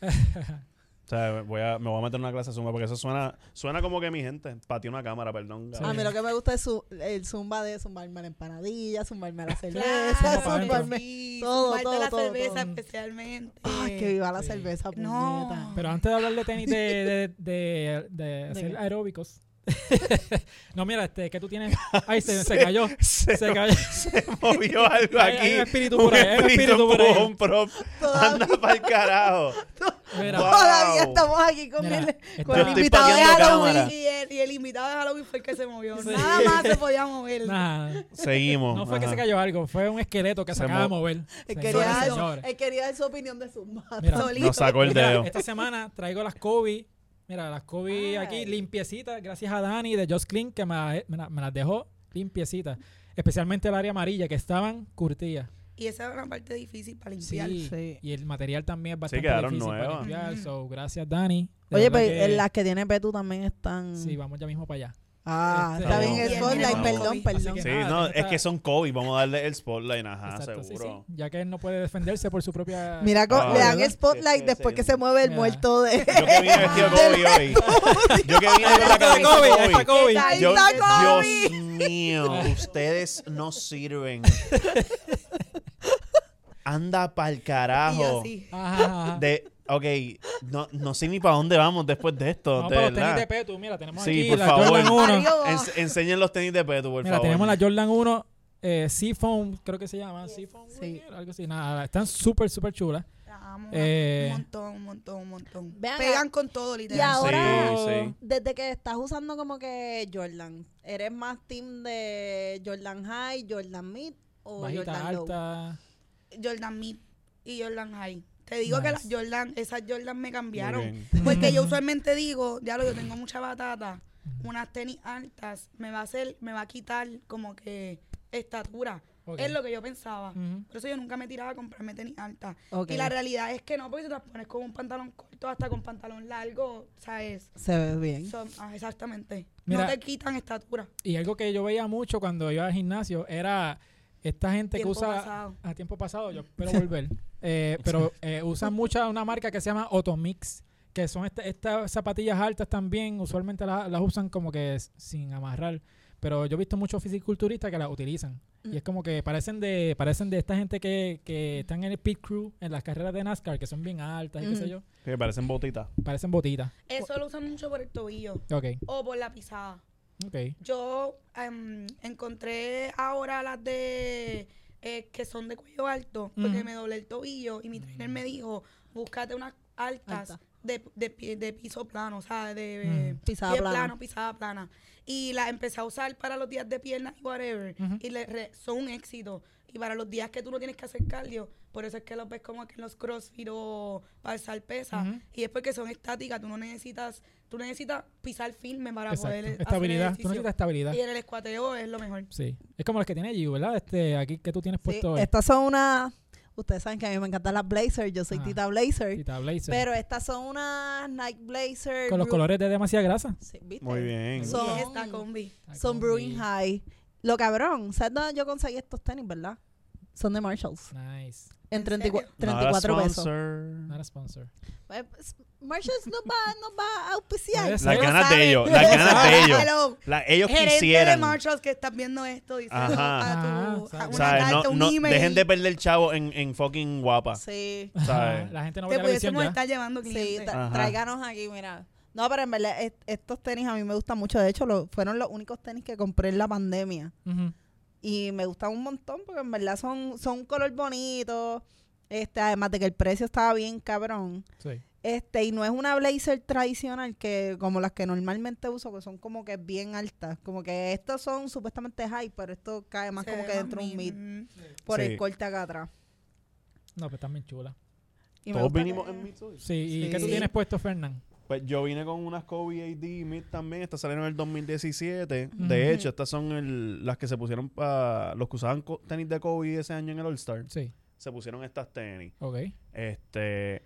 Speaker 2: O sea, me voy a, me voy a meter en una clase de zumba porque eso suena, suena como que mi gente pateó una cámara, perdón.
Speaker 1: Sí.
Speaker 3: A
Speaker 2: cabrón.
Speaker 3: mí lo que me gusta es su- el zumba de zumbarme la empanadilla, zumbarme la cerveza,
Speaker 4: Claro,
Speaker 1: Eso,
Speaker 3: zumbarme...
Speaker 4: sí,
Speaker 3: todo,
Speaker 4: zumbarte
Speaker 3: todo,
Speaker 4: la
Speaker 3: todo,
Speaker 4: cerveza
Speaker 3: todo.
Speaker 4: especialmente.
Speaker 3: Ay, que viva la
Speaker 1: Sí.
Speaker 3: cerveza,
Speaker 4: No.
Speaker 3: puñeta.
Speaker 1: Pero antes de hablar de tenis,
Speaker 3: <laughs>
Speaker 1: de, de, de, de hacer
Speaker 3: qué? <laughs>
Speaker 1: aeróbicos. no, mira, este, que tú tienes. Ay, se, se cayó.
Speaker 2: Se,
Speaker 1: <laughs> Se
Speaker 3: <laughs>
Speaker 1: cayó.
Speaker 2: movió
Speaker 1: <laughs>
Speaker 2: algo
Speaker 1: Hay-
Speaker 2: aquí.
Speaker 1: hay un espíritu por ahí, hay un
Speaker 2: espíritu
Speaker 1: espíritu por ahí.
Speaker 2: empujón, prop.
Speaker 3: Todavía,
Speaker 2: Anda
Speaker 1: <laughs>
Speaker 2: pa'l carajo.
Speaker 1: Mira, este,
Speaker 2: Wow.
Speaker 3: todavía estamos aquí con
Speaker 1: Mira,
Speaker 3: el,
Speaker 1: está-
Speaker 3: con
Speaker 1: Yo
Speaker 3: el
Speaker 1: estoy
Speaker 3: invitado de
Speaker 2: pateando
Speaker 3: Halloween.
Speaker 2: cámara.
Speaker 1: <laughs>
Speaker 4: Y el, y el invitado de Halloween fue el que se movió.
Speaker 1: Sí.
Speaker 4: Nada más se podía mover.
Speaker 1: nada,
Speaker 2: Seguimos.
Speaker 1: no fue que
Speaker 2: ajá.
Speaker 1: se cayó algo, fue un esqueleto que se,
Speaker 2: Se
Speaker 1: acaba de
Speaker 2: mo-
Speaker 1: mover.
Speaker 3: Él
Speaker 1: Señoras y
Speaker 3: quería,
Speaker 1: señores.
Speaker 3: él quería dar su opinión de zumba.
Speaker 1: Mira,
Speaker 4: Solito.
Speaker 2: Nos sacó el
Speaker 1: Mira,
Speaker 2: dedo.
Speaker 1: esta semana traigo las Kobe. Mira, las Kobe
Speaker 3: Ay.
Speaker 1: aquí limpiecitas, gracias a Dani de Just Clean que me, la- me la- me las dejó limpiecitas. Especialmente el área amarilla que estaban curtidas.
Speaker 4: Y esa es una parte difícil para
Speaker 1: Sí,
Speaker 4: limpiar.
Speaker 3: Sí.
Speaker 1: y el material también es bastante
Speaker 2: quedaron
Speaker 1: difícil para
Speaker 2: nuevas.
Speaker 1: limpiar.
Speaker 4: Ujú.
Speaker 1: So, gracias, Dani. De verdad
Speaker 3: Oye, pues, pero
Speaker 1: pues, que-
Speaker 3: las que tiene Betu también están.
Speaker 1: Sí, vamos ya mismo para allá.
Speaker 3: ah,
Speaker 1: Este-
Speaker 3: está bien
Speaker 2: Vamos.
Speaker 3: el
Speaker 2: Bien,
Speaker 3: spotlight,
Speaker 2: bien,
Speaker 3: perdón,
Speaker 4: vamos.
Speaker 3: perdón.
Speaker 1: Así
Speaker 2: Sí,
Speaker 1: nada,
Speaker 2: no,
Speaker 1: eso
Speaker 2: es
Speaker 1: este, está-
Speaker 2: que son Kobe, vamos a darle el spotlight, ajá,
Speaker 1: Exacto, sí,
Speaker 2: Ah, seguro.
Speaker 1: sí. Ya que él no puede defenderse por su propia...
Speaker 3: Mira, co-
Speaker 2: Ah,
Speaker 3: le dan
Speaker 1: ¿verdad?
Speaker 3: el spotlight
Speaker 2: Sí, sí,
Speaker 3: después
Speaker 2: sí.
Speaker 3: que se mueve el
Speaker 1: Mira.
Speaker 3: muerto de.
Speaker 2: Yo que vine vestido de Kobe hoy. Yo que vine con la
Speaker 1: Ahí está
Speaker 2: camisa
Speaker 1: Kobe, ahí
Speaker 2: Kobe.
Speaker 1: está Kobe.
Speaker 4: Está
Speaker 2: Yo-
Speaker 3: ¡Ahí está
Speaker 2: Dios mío, ustedes no sirven. Anda pa'l
Speaker 4: Y
Speaker 2: carajo.
Speaker 4: así.
Speaker 1: Ajá, ajá, ajá.
Speaker 2: De, ok, no, no sé ni para dónde vamos después de esto.
Speaker 1: Vamos
Speaker 2: de
Speaker 1: para los tenis
Speaker 2: verdad.
Speaker 1: de Petu. Mira, tenemos
Speaker 2: Sí,
Speaker 1: aquí
Speaker 2: por
Speaker 1: la
Speaker 2: favor.
Speaker 1: Jordan 1.
Speaker 4: Arriba,
Speaker 2: Ens- enseñen los tenis de Petu, por
Speaker 1: Mira,
Speaker 2: favor.
Speaker 1: tenemos la Jordan 1 eh, Seafoam, creo que se llama. Seafoam,
Speaker 3: Sí.
Speaker 1: algo así. Nada, están súper, súper chulas.
Speaker 4: La amo,
Speaker 1: Eh.
Speaker 4: un montón, un montón, un montón.
Speaker 3: Vean
Speaker 4: Pegan con todo,
Speaker 3: Y
Speaker 4: literal.
Speaker 3: ahora,
Speaker 2: Sí, sí.
Speaker 3: desde que estás usando como que Jordan, ¿eres más team de Jordan High, Jordan Mid o
Speaker 1: Bajita,
Speaker 3: Oh, Jordan Low?
Speaker 1: alta.
Speaker 4: Jordan Mid y Jordan High. Te digo que las
Speaker 1: Nice. Mm.
Speaker 4: Jordan, esas Jordan me
Speaker 2: Muy
Speaker 4: cambiaron.
Speaker 2: bien.
Speaker 4: Porque yo usualmente digo, ya lo, yo tengo mucha batata, unas tenis altas, me va a hacer, me va a quitar como que estatura.
Speaker 1: Ok. Mm.
Speaker 4: Es lo que yo pensaba.
Speaker 1: Ujú.
Speaker 4: Por eso yo nunca me tiraba a comprarme tenis altas.
Speaker 3: Ok.
Speaker 4: Y la realidad es que no, porque si te las pones con un pantalón corto hasta con pantalón largo, ¿sabes?
Speaker 3: Se ve bien.
Speaker 4: Son- ah, exactamente.
Speaker 1: Mira.
Speaker 4: no te quitan estatura.
Speaker 1: Y algo que yo veía mucho cuando iba al gimnasio era esta gente que
Speaker 4: Tiempo
Speaker 1: usa
Speaker 4: pasado.
Speaker 1: a tiempo pasado, yo
Speaker 4: <laughs>
Speaker 1: espero volver. Eh, pero eh, usan mucha una marca que se llama Otomix, que son esta- estas zapatillas altas también, usualmente la- las usan como que s- sin amarrar. Pero yo he visto muchos fisiculturistas que las utilizan.
Speaker 4: Mm.
Speaker 1: Y es como que parecen de parecen de esta gente que, que están en el pit crew, en las carreras de NASCAR, que son bien altas y qué
Speaker 4: Mm.
Speaker 1: sé
Speaker 3: Ujú.
Speaker 1: yo.
Speaker 2: Que parecen botitas.
Speaker 1: Parecen botitas.
Speaker 4: Eso lo usan mucho por el tobillo
Speaker 1: Ok,
Speaker 4: o por la pisada.
Speaker 1: ok.
Speaker 4: Yo em, encontré ahora las de eh, que son de cuello alto, porque
Speaker 1: Ujú.
Speaker 4: me doblé el tobillo y mi trainer me dijo, búscate unas altas
Speaker 3: Alta.
Speaker 4: de, de, pi- de piso plano, o sea, de
Speaker 1: Mm.
Speaker 3: Pisada
Speaker 4: pie
Speaker 3: plana.
Speaker 4: plano, pisada plana. Y las empecé a usar para los días de piernas y whatever.
Speaker 1: Ujú.
Speaker 4: Y le re- son un éxito. Y para los días que tú no tienes que hacer cardio, por eso es que los ves como que en los crossfit o para alzar pesas.
Speaker 1: Ujú.
Speaker 4: Y es porque son estáticas, tú no necesitas, tú necesitas pisar firme para poder
Speaker 1: Exacto.
Speaker 4: hacer
Speaker 1: Estabilidad. Tú
Speaker 4: ejercicio.
Speaker 1: necesitas estabilidad.
Speaker 4: Y en el escuateo es lo mejor.
Speaker 1: Sí. Es como las que tiene Giu, ¿verdad? Este, aquí que tú tienes
Speaker 3: Sí,
Speaker 1: puesto. hoy.
Speaker 3: estas son una. Ustedes saben que a mí me encantan las Blazers, yo soy
Speaker 1: Ah,
Speaker 3: Tita Blazer.
Speaker 1: Y te blazer.
Speaker 3: Pero estas son unas Nike Blazer.
Speaker 1: con los
Speaker 3: Bru-
Speaker 1: colores de demasiada grasa.
Speaker 3: Sí, ¿viste?
Speaker 2: Muy bien.
Speaker 3: Son-
Speaker 4: Y esta combi.
Speaker 3: Son Brewing High. Lo cabrón, ¿sabes dónde yo conseguí estos tenis, verdad? Son de Marshalls.
Speaker 1: Nice.
Speaker 3: En
Speaker 4: ¿En
Speaker 3: 34
Speaker 4: serio?
Speaker 2: Nada
Speaker 3: 34 pesos.
Speaker 2: sponsor.
Speaker 1: Not a sponsor.
Speaker 3: Eh, pues, Marshalls nos va, nos va a auspiciar.
Speaker 1: Puede ser.
Speaker 2: Las
Speaker 1: Ustedes
Speaker 2: ganas de
Speaker 4: saben.
Speaker 2: ellos, las ganas de ellos.
Speaker 4: Hello.
Speaker 2: La- ellos
Speaker 4: Gerente de
Speaker 2: quisieran.
Speaker 4: Marshalls que estás viendo esto, dice
Speaker 2: Ajá.
Speaker 4: a tu
Speaker 1: Ajá,
Speaker 4: a
Speaker 2: O
Speaker 4: una
Speaker 2: sea,
Speaker 4: carta,
Speaker 2: no,
Speaker 4: un
Speaker 2: no,
Speaker 4: email.
Speaker 2: dejen de perder chavo en, en fucking guapa.
Speaker 3: Sí.
Speaker 2: ¿Sabes?
Speaker 1: La gente no ve
Speaker 4: te
Speaker 1: la visión
Speaker 4: pudiésemos
Speaker 1: ya.
Speaker 4: estar llevando
Speaker 3: Sí,
Speaker 4: clientes.
Speaker 3: tra-
Speaker 2: Ajá.
Speaker 3: tráiganos aquí, mira. No, pero en verdad, est- estos tenis a mí me gustan mucho. De hecho, lo- fueron los únicos tenis que compré en la pandemia.
Speaker 1: Ujú.
Speaker 3: Y me gustan un montón porque en verdad son, son un color bonito. Este, además de que el precio estaba bien cabrón.
Speaker 1: Sí.
Speaker 3: Este, y no es una blazer tradicional que como las que normalmente uso, que son como que bien altas. Como que estos son supuestamente high, pero esto cae más
Speaker 4: Se
Speaker 3: como
Speaker 4: ve
Speaker 3: que
Speaker 4: más
Speaker 3: dentro de un mid
Speaker 4: mid.
Speaker 3: por
Speaker 2: Sí.
Speaker 3: el corte acá atrás.
Speaker 1: No, pero están bien chulas.
Speaker 3: Y me
Speaker 2: Todos
Speaker 3: gusta
Speaker 2: vinimos
Speaker 3: que-
Speaker 2: en Mitsubishi.
Speaker 1: Sí. ¿Y
Speaker 3: Sí.
Speaker 1: qué tú tienes puesto, Fernán?
Speaker 2: Pues yo vine con unas Kobe AD Mid también. Estas salieron en el 2017. De
Speaker 1: Ujú.
Speaker 2: hecho, estas son el- las que se pusieron para los que usaban co- tenis de Kobe ese año en el All-Star.
Speaker 1: Sí.
Speaker 2: Se pusieron estas tenis.
Speaker 1: Ok.
Speaker 2: Este.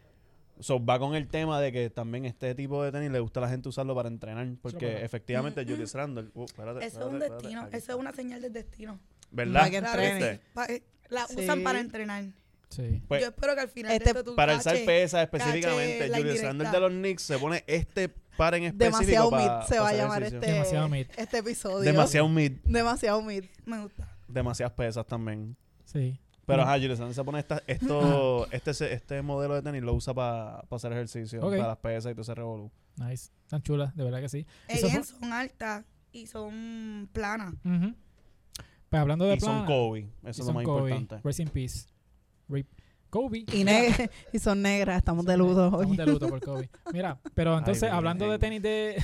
Speaker 2: So, va con el tema de que también este tipo de tenis le gusta a la gente usarlo para entrenar. Porque
Speaker 1: para acá.
Speaker 2: efectivamente, Julius Randle. uh, espérate,
Speaker 4: Eso es un
Speaker 2: espérate, espérate,
Speaker 4: destino,
Speaker 2: aquí
Speaker 4: eso
Speaker 2: está.
Speaker 4: es una señal del destino.
Speaker 2: ¿Verdad? Este,
Speaker 3: Para que
Speaker 4: Claro que sí.
Speaker 2: ¿Viste?
Speaker 4: Pa- eh, La
Speaker 3: Sí.
Speaker 4: usan para entrenar.
Speaker 1: Sí.
Speaker 2: Pues,
Speaker 4: Yo espero que al final
Speaker 3: Este-
Speaker 4: de esto tú
Speaker 2: Para
Speaker 4: caches.
Speaker 2: alzar pesas específicamente,
Speaker 4: cache la
Speaker 2: Julius
Speaker 4: indirecta.
Speaker 2: Randle de los Knicks se pone este par en específico.
Speaker 3: Demasiado mid
Speaker 2: pa-
Speaker 3: se
Speaker 2: pa
Speaker 3: va a
Speaker 2: hacer
Speaker 3: llamar
Speaker 2: ejercicio.
Speaker 3: este,
Speaker 1: Demasiado mid.
Speaker 3: este episodio.
Speaker 2: Demasiado mid.
Speaker 3: Demasiado mid.
Speaker 4: Me gusta.
Speaker 2: Demasiadas pesas también.
Speaker 1: Sí.
Speaker 2: Pero
Speaker 1: Mm.
Speaker 2: ajá, Julius Randle se pone esta, esto, este, se- este modelo de tenis lo usa para hacer ejercicio,
Speaker 1: Ok.
Speaker 2: para las pesas y todo ese revolú.
Speaker 1: Nice. Están chulas, de verdad que sí. Eso
Speaker 4: Ellas son altas y son planas.
Speaker 1: fue- Ujú. Pues hablando de
Speaker 2: Y son
Speaker 1: plana,
Speaker 2: Kobe,
Speaker 1: y
Speaker 2: eso es lo
Speaker 1: son
Speaker 2: más
Speaker 1: Kobe.
Speaker 2: importante.
Speaker 1: Rest in peace. Rip. Kobe.
Speaker 3: Y, neg-
Speaker 4: <laughs>
Speaker 3: y son negras, estamos de luto hoy.
Speaker 1: Estamos de luto por Kobe. Mira, pero entonces,
Speaker 2: Virgen.
Speaker 1: hablando de tenis
Speaker 3: <laughs>
Speaker 1: de...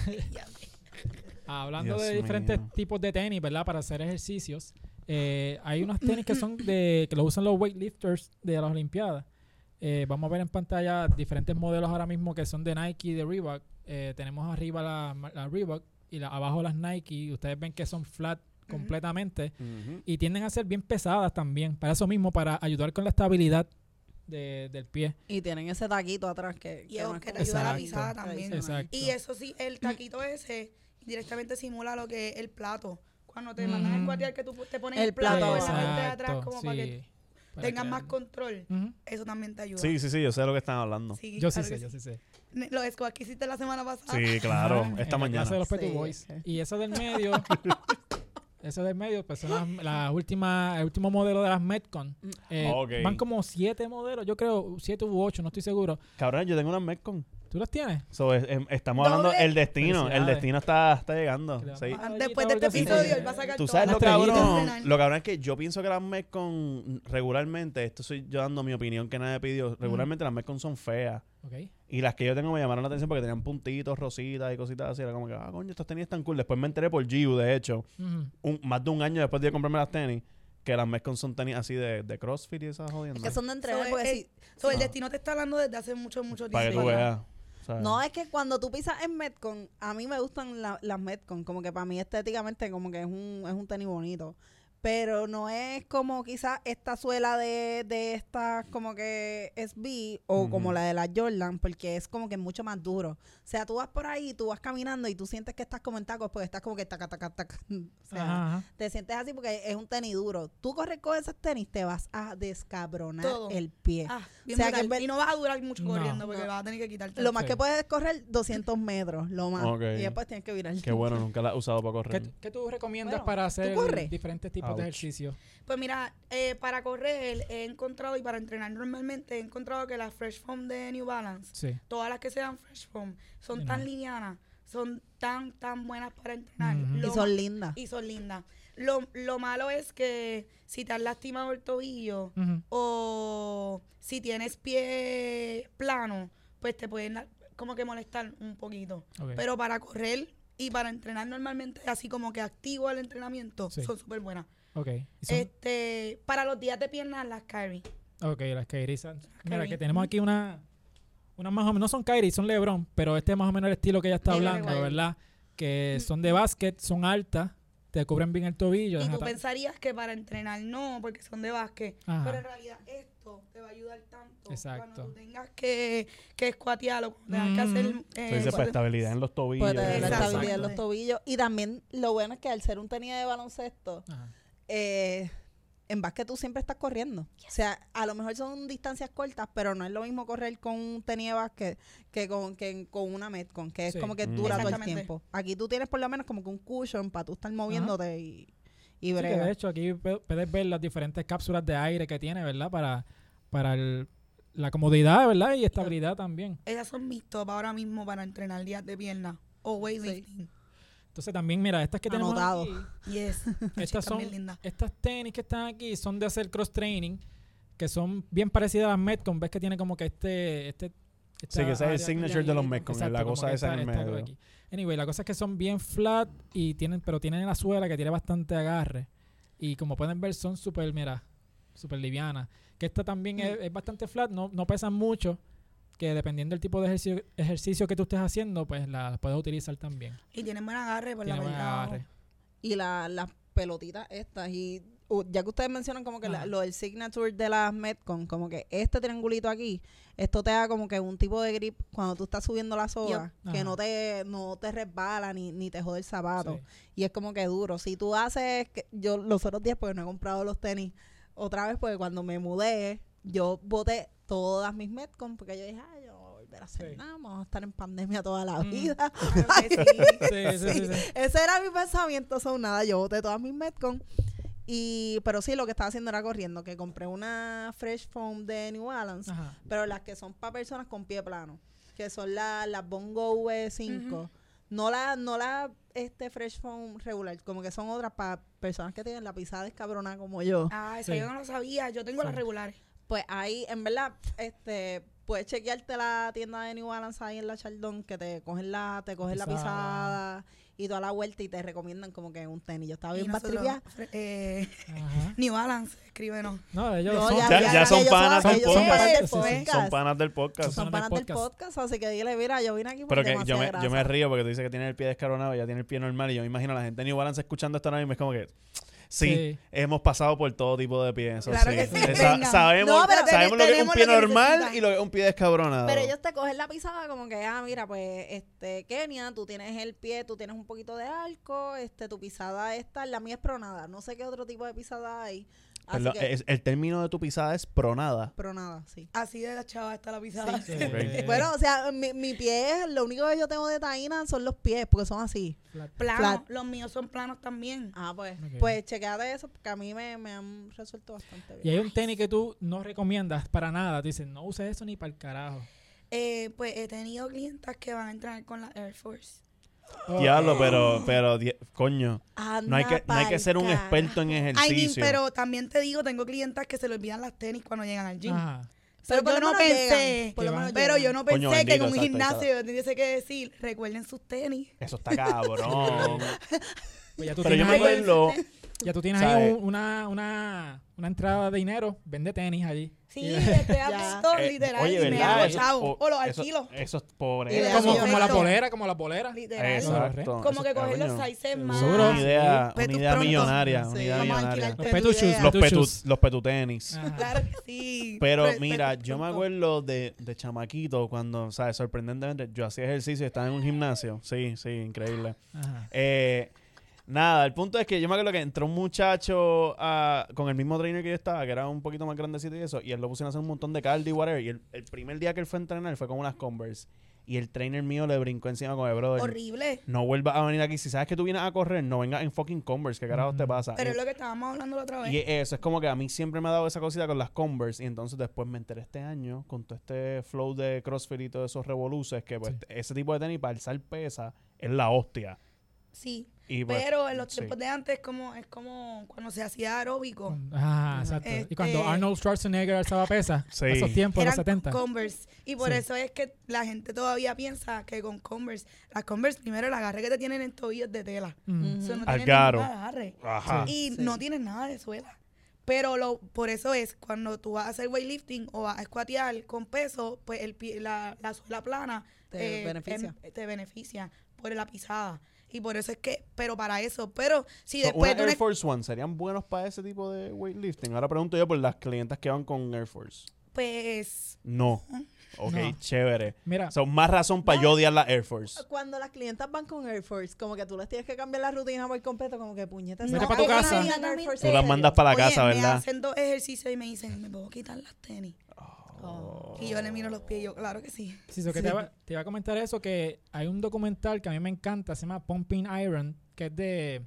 Speaker 1: hablando
Speaker 2: Dios
Speaker 1: de diferentes
Speaker 2: mío.
Speaker 1: tipos de tenis, ¿verdad? Para hacer ejercicios. eh, hay unos tenis que son de... que los usan los weightlifters de las Olimpiadas. Eh, vamos a ver en pantalla diferentes modelos ahora mismo que son de Nike y de Reebok. Eh, tenemos arriba la, la Reebok y la- abajo las Nike. Ustedes ven que son flat, completamente
Speaker 2: Ujú.
Speaker 1: y tienden a ser bien pesadas también. Para eso mismo, para ayudar con la estabilidad de- del pie.
Speaker 3: Y tienen ese taquito atrás que,
Speaker 4: Y es que te
Speaker 1: es
Speaker 4: ayuda a la
Speaker 1: Exacto.
Speaker 4: pisada también.
Speaker 1: Exacto.
Speaker 4: Y eso sí, el taquito ese directamente simula lo que es el plato. Cuando te mandas
Speaker 1: Ujú.
Speaker 4: el guardiar que tú te pones
Speaker 3: El
Speaker 4: el, plato en la
Speaker 1: Exacto,
Speaker 4: parte de atrás como para que
Speaker 1: sí, para
Speaker 4: tengas
Speaker 1: que-
Speaker 4: más control.
Speaker 1: Ujú.
Speaker 4: Eso también te ayuda.
Speaker 2: Sí, sí, sí, yo sé lo que están hablando. Sí,
Speaker 4: Sí,
Speaker 1: Yo sí
Speaker 4: claro
Speaker 1: sé,
Speaker 4: que
Speaker 1: yo sí sé.
Speaker 4: sí. <laughs> Lo esco que hiciste la semana pasada.
Speaker 2: claro,
Speaker 1: Ajá, en
Speaker 2: esta
Speaker 1: la clase de
Speaker 2: mañana.
Speaker 1: los Petu
Speaker 3: Sí,
Speaker 1: Boys.
Speaker 3: ok.
Speaker 1: Y eso del medio, <laughs> eso del medio, pues son las, las últimas, el último modelo de las Metcon.
Speaker 4: Mm.
Speaker 1: Eh,
Speaker 2: Ah, Ok.
Speaker 1: Van como siete modelos, yo creo, siete u ocho, no estoy seguro.
Speaker 2: Cabrón, yo tengo una Metcon.
Speaker 1: ¿Tú las tienes?
Speaker 2: So, es- em- estamos hablando
Speaker 4: Doble.
Speaker 2: del destino. El
Speaker 1: Felicidades.
Speaker 2: destino está, está llegando.
Speaker 1: Creo.
Speaker 2: Sí.
Speaker 1: Ah,
Speaker 4: Después de este
Speaker 1: ahorita sí.
Speaker 4: episodio, él va a sacar
Speaker 2: Tú
Speaker 4: todas
Speaker 2: sabes
Speaker 1: la
Speaker 2: lo
Speaker 4: las
Speaker 2: cabrón.
Speaker 4: estrellitas.
Speaker 2: Lo cabrón es que yo pienso que las Metcon regularmente, esto soy yo dando mi opinión que nadie pidió, regularmente las Metcon son feas.
Speaker 1: Ok.
Speaker 2: Y las que yo tengo me llamaron la atención porque tenían puntitos, rositas y cositas así. Era como que, ah, coño, estas tenis están cool. Después me enteré por Giu, de hecho,
Speaker 1: Ujú.
Speaker 2: un- más de un año después de yo comprarme las tenis, que las Metcon son tenis así de, de CrossFit y esas jodiendo.
Speaker 3: que son de entrenar.
Speaker 4: So,
Speaker 3: porque
Speaker 4: eh,
Speaker 3: si-
Speaker 4: So, el
Speaker 2: Ah.
Speaker 4: destino te está hablando desde hace mucho, mucho tiempo.
Speaker 2: Para que tú
Speaker 4: atrás.
Speaker 2: veas. ¿sabes?
Speaker 3: no, es que cuando tú pisas en Metcon, a mí me gustan la- las Metcon. Como que para mí estéticamente como que es un, es un tenis bonito. Pero no es como quizás esta suela de, de estas como que SB o como
Speaker 2: Ujú.
Speaker 3: la de la Jordan, porque es como que mucho más duro. O sea, tú vas por ahí, tú vas caminando y tú sientes que estás como en tacos porque estás como que taca, taca, taca. <laughs> O sea,
Speaker 1: Ajá, ajá.
Speaker 3: Te sientes así porque es un tenis duro. Tú corres con esos tenis, te vas a descabronar
Speaker 4: Todo.
Speaker 3: el pie.
Speaker 4: Ah, bien
Speaker 3: O sea, que
Speaker 4: brutal.
Speaker 3: en vez-
Speaker 4: Y no vas a durar mucho
Speaker 1: No.
Speaker 4: corriendo porque
Speaker 3: No.
Speaker 4: vas a tener que quitarte.
Speaker 3: Lo más
Speaker 1: Sí.
Speaker 3: que puedes es correr 200 metros, lo más.
Speaker 2: Ok.
Speaker 3: Y después tienes que virar.
Speaker 2: Qué bueno, nunca la he usado para correr.
Speaker 1: ¿Qué, qué tú recomiendas
Speaker 3: Bueno,
Speaker 1: para
Speaker 3: ¿tú
Speaker 1: hacer
Speaker 3: corres?
Speaker 1: diferentes tipos de
Speaker 2: Ouch.
Speaker 1: ejercicios?
Speaker 4: Pues mira, eh, para correr he encontrado y para entrenar normalmente he encontrado que las Fresh Foam de New Balance,
Speaker 1: Sí.
Speaker 4: todas las que sean Fresh Foam, son
Speaker 1: Mira.
Speaker 4: tan livianas, son tan, tan buenas para entrenar.
Speaker 1: Ujú.
Speaker 4: Lo
Speaker 3: Y
Speaker 4: ma-
Speaker 3: son lindas.
Speaker 4: y son lindas. Lo, lo malo es que si te has lastimado el tobillo
Speaker 1: Ujú.
Speaker 4: o si tienes pie plano, pues te pueden dar- como que molestar un poquito.
Speaker 1: Ok.
Speaker 4: Pero para correr y para entrenar normalmente, así como que activo el entrenamiento,
Speaker 1: Sí.
Speaker 4: son súper buenas.
Speaker 1: Ok. ¿Y son-
Speaker 4: Este, para los días de piernas, las carry.
Speaker 1: Ok, las Kyrie Santos. Mira, que
Speaker 4: Kyrie.
Speaker 1: tenemos aquí una, una más o menos, no son Kyrie, son Lebron, pero este es más o menos el estilo que ella está
Speaker 4: De Mm.
Speaker 1: hablando,
Speaker 4: LeBron.
Speaker 1: ¿verdad? Que son de básquet, son altas, te cubren bien el tobillo.
Speaker 4: Y
Speaker 1: dejan
Speaker 4: tú
Speaker 1: atrás.
Speaker 4: pensarías que para entrenar no, porque son de básquet.
Speaker 1: Ajá.
Speaker 4: Pero en realidad esto te va a ayudar tanto
Speaker 1: Exacto.
Speaker 4: cuando tú tengas que, que squatear o cuando tengas que
Speaker 1: Mm.
Speaker 4: hacer...
Speaker 2: Tú
Speaker 4: eh,
Speaker 2: dices,
Speaker 4: cuando-
Speaker 2: pues, estabilidad en los tobillos.
Speaker 3: Puede tener la
Speaker 4: Exacto.
Speaker 3: estabilidad en los tobillos. Y también lo bueno es que al ser un tenis de baloncesto,
Speaker 1: Ajá.
Speaker 3: eh, en básquet tú siempre estás corriendo. O sea, a lo mejor son distancias cortas, pero no es lo mismo correr con un tenis de básquet que con, que con una Metcon, que es
Speaker 1: Sí.
Speaker 3: como que
Speaker 2: Mm.
Speaker 3: dura todo el
Speaker 4: Exactamente.
Speaker 3: tiempo. Aquí tú tienes por lo menos como que un cushion para tú estar moviéndote y, y
Speaker 1: Sí, que
Speaker 3: brega.
Speaker 1: de hecho, aquí pe- puedes ver las diferentes cápsulas de aire que tiene, ¿verdad? Para, para el- la comodidad, ¿verdad? Y estabilidad también.
Speaker 4: Esas son mis top ahora mismo para entrenar días de pierna o weightlifting.
Speaker 1: Entonces también, mira, estas que tenemos
Speaker 3: Anotado.
Speaker 1: aquí,
Speaker 4: Yes.
Speaker 1: <laughs> Estas
Speaker 4: Chicas
Speaker 1: son,
Speaker 4: bien lindas.
Speaker 1: estas tenis que están aquí son de hacer cross training, que son bien parecidas a las Metcon. Ves que tiene como que este, este
Speaker 2: Sí,
Speaker 1: esta
Speaker 2: que ese es el
Speaker 1: área-
Speaker 2: signature de los Metcon,
Speaker 1: Exacto,
Speaker 2: la
Speaker 1: como
Speaker 2: cosa
Speaker 1: que
Speaker 2: esa en
Speaker 1: esta-
Speaker 2: el
Speaker 1: esta
Speaker 2: medio.
Speaker 1: cosa aquí. Anyway, la cosa es que son bien flat y tienen, pero tienen la suela que tiene bastante agarre. Y como pueden ver, son súper, mira, súper livianas. Que esta también
Speaker 4: Mm.
Speaker 1: es, es bastante flat, no, no pesan mucho. Que dependiendo del tipo de ejercicio, ejercicio que tú estés haciendo, pues la puedes utilizar también.
Speaker 4: Y tienen buen agarre por
Speaker 1: Tiene
Speaker 4: la
Speaker 1: buen
Speaker 4: verdad.
Speaker 1: agarre.
Speaker 3: y la- las pelotitas estas y uh, ya que ustedes mencionan como que la-
Speaker 1: Ajá.
Speaker 3: lo del signature de las Metcon, como que este triangulito aquí, esto te da como que un tipo de grip cuando tú estás subiendo la soga,
Speaker 1: Yo-
Speaker 3: que
Speaker 1: Ajá.
Speaker 3: no te no te resbala ni, ni te jode el zapato
Speaker 1: Sí.
Speaker 3: y es como que duro. Si tú haces que- yo los otros días porque no he comprado los tenis otra vez porque cuando me mudé yo boté todas mis Metcon porque yo dije, ah, yo no voy a volver a hacer
Speaker 1: Sí.
Speaker 3: nada, vamos a estar en pandemia toda la
Speaker 1: Mm.
Speaker 3: vida." <laughs>
Speaker 4: Claro que sí.
Speaker 1: Sí, sí, sí,
Speaker 4: <laughs>
Speaker 1: sí.
Speaker 3: Ese era mi pensamiento, son nada, yo boté todas mis Metcon. Y, pero sí, lo que estaba haciendo era corriendo, que compré una Fresh Foam de New Balance,
Speaker 1: Ajá.
Speaker 3: pero las que son para personas con pie plano, que son la- las Bongo V5.
Speaker 4: Ujú.
Speaker 3: No la, no la este Fresh Foam regular, como que son otras para personas que tienen la pisada escabrona como yo.
Speaker 4: Ah, esa
Speaker 1: Sí.
Speaker 4: yo no lo sabía. Yo tengo
Speaker 1: Sí.
Speaker 4: las regulares.
Speaker 3: Pues ahí, en verdad, este puedes chequearte la tienda de New Balance ahí en la Chaldón, que te cogen la, te cogen la
Speaker 1: Pisada.
Speaker 3: pisada y toda la vuelta y te recomiendan como que un tenis. Yo estaba
Speaker 4: Y
Speaker 3: bien
Speaker 4: nosotros,
Speaker 3: bastripeada.
Speaker 4: eh, <laughs>
Speaker 1: Ajá.
Speaker 4: New Balance, escríbenos.
Speaker 1: No, ellos
Speaker 3: No,
Speaker 1: son-
Speaker 2: ya- ya son
Speaker 3: ellos
Speaker 2: panas del
Speaker 3: ellos son
Speaker 2: podcast.
Speaker 3: panas del
Speaker 1: Sí, sí, sí.
Speaker 3: podcast.
Speaker 2: Son panas del podcast.
Speaker 1: Son
Speaker 3: Son panas del
Speaker 1: podcast.
Speaker 3: podcast, así que dile, mira, yo vine aquí
Speaker 2: Pero
Speaker 3: porque
Speaker 2: que yo me, yo me río porque tú dices que tiene el pie descaronado, ella tiene el pie normal y yo me imagino a la gente en New Balance escuchando esto ahora mismo es como que sí,
Speaker 1: Sí.
Speaker 2: hemos pasado por todo tipo de pies, eso
Speaker 4: Claro
Speaker 2: sí.
Speaker 4: que sí,
Speaker 2: Esa-
Speaker 4: venga.
Speaker 2: sabemos,
Speaker 3: No, pero ten-
Speaker 2: sabemos lo que es un
Speaker 4: tenemos
Speaker 2: pie
Speaker 4: lo que
Speaker 2: normal
Speaker 4: necesitas.
Speaker 2: y lo que es un pie descabronado.
Speaker 3: Pero ellos te cogen la pisada como que, ah, mira, pues, este, Kenia, tú tienes el pie, tú tienes un poquito de arco, este, tu pisada esta, la mía es pronada, no sé qué otro tipo de pisada hay. Así
Speaker 2: Perdón,
Speaker 3: que,
Speaker 2: es- el término de tu pisada es pronada.
Speaker 3: pronada, sí.
Speaker 4: Así de la chava está la pisada.
Speaker 1: Sí.
Speaker 2: Ok.
Speaker 3: Bueno, o sea, mi, mi pie, lo único que yo tengo de taína son los pies, porque son así.
Speaker 4: Planos,
Speaker 3: Flat.
Speaker 4: los míos son planos también.
Speaker 3: Ah, pues,
Speaker 1: Ok.
Speaker 3: pues chequeate eso, porque a mí me, me han resuelto bastante
Speaker 1: Y
Speaker 3: bien.
Speaker 1: hay un tenis que tú no recomiendas para nada. Te dicen, no uses eso ni para el carajo.
Speaker 4: Eh, pues he tenido clientas que van a entrenar con la Air Force.
Speaker 1: Oh.
Speaker 2: Oh, Diablo, pero pero di- coño,
Speaker 3: Anda
Speaker 2: no hay que no hay que
Speaker 3: pa'l
Speaker 2: ser un
Speaker 3: carajo.
Speaker 2: experto en
Speaker 4: I mean,
Speaker 2: ejercicio.
Speaker 4: pero también te digo, tengo clientas que se le olvidan las tenis cuando llegan
Speaker 1: eh,
Speaker 4: al gym.
Speaker 1: Ajá.
Speaker 3: Pero
Speaker 4: Pero, yo
Speaker 3: por lo
Speaker 4: no
Speaker 3: menos
Speaker 4: pensé,
Speaker 3: llegan, por lo
Speaker 1: que van.
Speaker 3: menos
Speaker 4: pero
Speaker 3: llegan.
Speaker 4: yo no pensé
Speaker 2: Coño,
Speaker 4: que en un
Speaker 2: bendito, exacto,
Speaker 4: gimnasio yo tuviese que decir, recuerden sus tenis.
Speaker 2: Eso está <laughs> cabrón.
Speaker 1: Pues ya <laughs> tú
Speaker 2: pero yo
Speaker 1: tienes
Speaker 2: me
Speaker 1: ahí,
Speaker 2: acuerdo
Speaker 1: ya tú tienes
Speaker 2: ¿sabes?
Speaker 1: ahí un- una, una, una entrada de dinero. Vende tenis allí.
Speaker 4: <laughs>
Speaker 1: <laughs>
Speaker 4: Sí, desde Amazon,
Speaker 2: eh,
Speaker 4: literal,
Speaker 2: oye,
Speaker 4: y me
Speaker 2: ¿verdad?
Speaker 4: hago
Speaker 2: Eso-
Speaker 4: chavo. O, los alquilo,
Speaker 2: Eso, eso es pobre.
Speaker 3: Y le
Speaker 1: Como,
Speaker 3: Sí,
Speaker 1: como la
Speaker 4: correcto.
Speaker 1: polera, como la polera.
Speaker 4: literal.
Speaker 2: Exacto.
Speaker 4: Como que
Speaker 2: eso-
Speaker 4: coger los
Speaker 2: coño.
Speaker 4: sizes más.
Speaker 1: Seguro.
Speaker 2: Una idea,
Speaker 4: Pues
Speaker 2: una
Speaker 4: tú
Speaker 2: idea
Speaker 4: pronto.
Speaker 2: millonaria, una
Speaker 3: Sí.
Speaker 2: idea
Speaker 4: Vamos a
Speaker 2: millonaria.
Speaker 4: alquilar
Speaker 1: Los petu
Speaker 4: Petu
Speaker 1: shoes.
Speaker 4: idea.
Speaker 2: Los,
Speaker 1: petu
Speaker 2: petu,
Speaker 1: shoes.
Speaker 2: los petutenis.
Speaker 1: Ajá.
Speaker 4: Claro que sí.
Speaker 2: Pero
Speaker 4: Pues,
Speaker 2: mira,
Speaker 4: pues,
Speaker 2: yo me
Speaker 4: pronto.
Speaker 2: acuerdo de, de chamaquito cuando, o sea, sorprendentemente, yo hacía ejercicio y estaba en un gimnasio. Sí, sí, increíble.
Speaker 1: Ajá.
Speaker 2: Eh, nada, el punto es que yo me acuerdo que entró un muchacho ah, con el mismo trainer que yo estaba, que era un poquito más grandecito y eso, y él lo pusieron a hacer un montón de cardio y whatever. Y el, el primer día que él fue a entrenar fue con unas Converse. Y el trainer mío le brincó encima con el brother.
Speaker 4: Horrible.
Speaker 2: No vuelvas a venir aquí. Si sabes que tú vienes a correr, no vengas en fucking Converse. ¿Qué carajo
Speaker 1: Mm.
Speaker 2: te pasa? Y-
Speaker 4: Pero es lo que estábamos hablando la otra vez.
Speaker 2: y eso es como que a mí siempre me ha dado esa cosita con las Converse. Y entonces después me enteré este año con todo este flow de CrossFit y todos esos revoluces que pues,
Speaker 1: Sí.
Speaker 2: ese tipo de tenis para alzar pesa es la hostia.
Speaker 4: Sí.
Speaker 2: Y, pues,
Speaker 4: Pero en los
Speaker 2: sí.
Speaker 4: tiempos de antes es como, es como cuando se hacía aeróbico.
Speaker 1: Cuando- Ajá, exacto. y cuando
Speaker 4: Este-
Speaker 1: Arnold Schwarzenegger alzaba pesa,
Speaker 2: Sí.
Speaker 1: esos tiempos, los
Speaker 4: Eran
Speaker 1: 70.
Speaker 4: Converse. Y por
Speaker 1: Sí.
Speaker 4: eso es que la gente todavía piensa que con Converse, las Converse primero el agarre que te tienen en tobillos de tela.
Speaker 1: Mm.
Speaker 4: Eso no
Speaker 2: Al
Speaker 4: tienen
Speaker 2: garo.
Speaker 4: ningún agarre.
Speaker 2: Ajá.
Speaker 1: Sí.
Speaker 4: Y no tienes nada de suela. Pero lo, por eso es, cuando tú vas a hacer weightlifting o vas a squatear con peso, pues el, pie- la, la suela plana
Speaker 3: Te
Speaker 4: eh,
Speaker 3: beneficia.
Speaker 4: em- te beneficia por la pisada. Y por eso es que, pero para eso, pero si
Speaker 2: So,
Speaker 4: después
Speaker 2: una
Speaker 4: de una-
Speaker 2: Air Force One serían buenos para ese tipo de weightlifting. Ahora pregunto yo por las clientas que van con Air Force.
Speaker 4: pues
Speaker 2: No. Ok,
Speaker 1: No.
Speaker 2: chévere.
Speaker 1: Mira,
Speaker 2: Son más razón para yo odiar la Air Force.
Speaker 3: Cuando las clientas van con Air Force, como que tú les tienes que cambiar la rutina por completo, como que puñetas.
Speaker 1: Vete
Speaker 3: ¿sabes
Speaker 1: pa' tu
Speaker 3: que
Speaker 1: casa.
Speaker 3: venían en Air Force
Speaker 2: Tú las
Speaker 3: en
Speaker 2: mandas
Speaker 3: serio?
Speaker 2: para la
Speaker 4: oye,
Speaker 2: casa,
Speaker 4: me
Speaker 2: ¿verdad?
Speaker 4: hacen dos ejercicios y me dicen, me puedo quitar las tenis. Oh. Y yo le miro los pies y yo, claro que sí.
Speaker 1: Sí, so que Te, iba, te iba a comentar eso, que hay un documental que a mí me encanta, se llama Pumping Iron, que es de...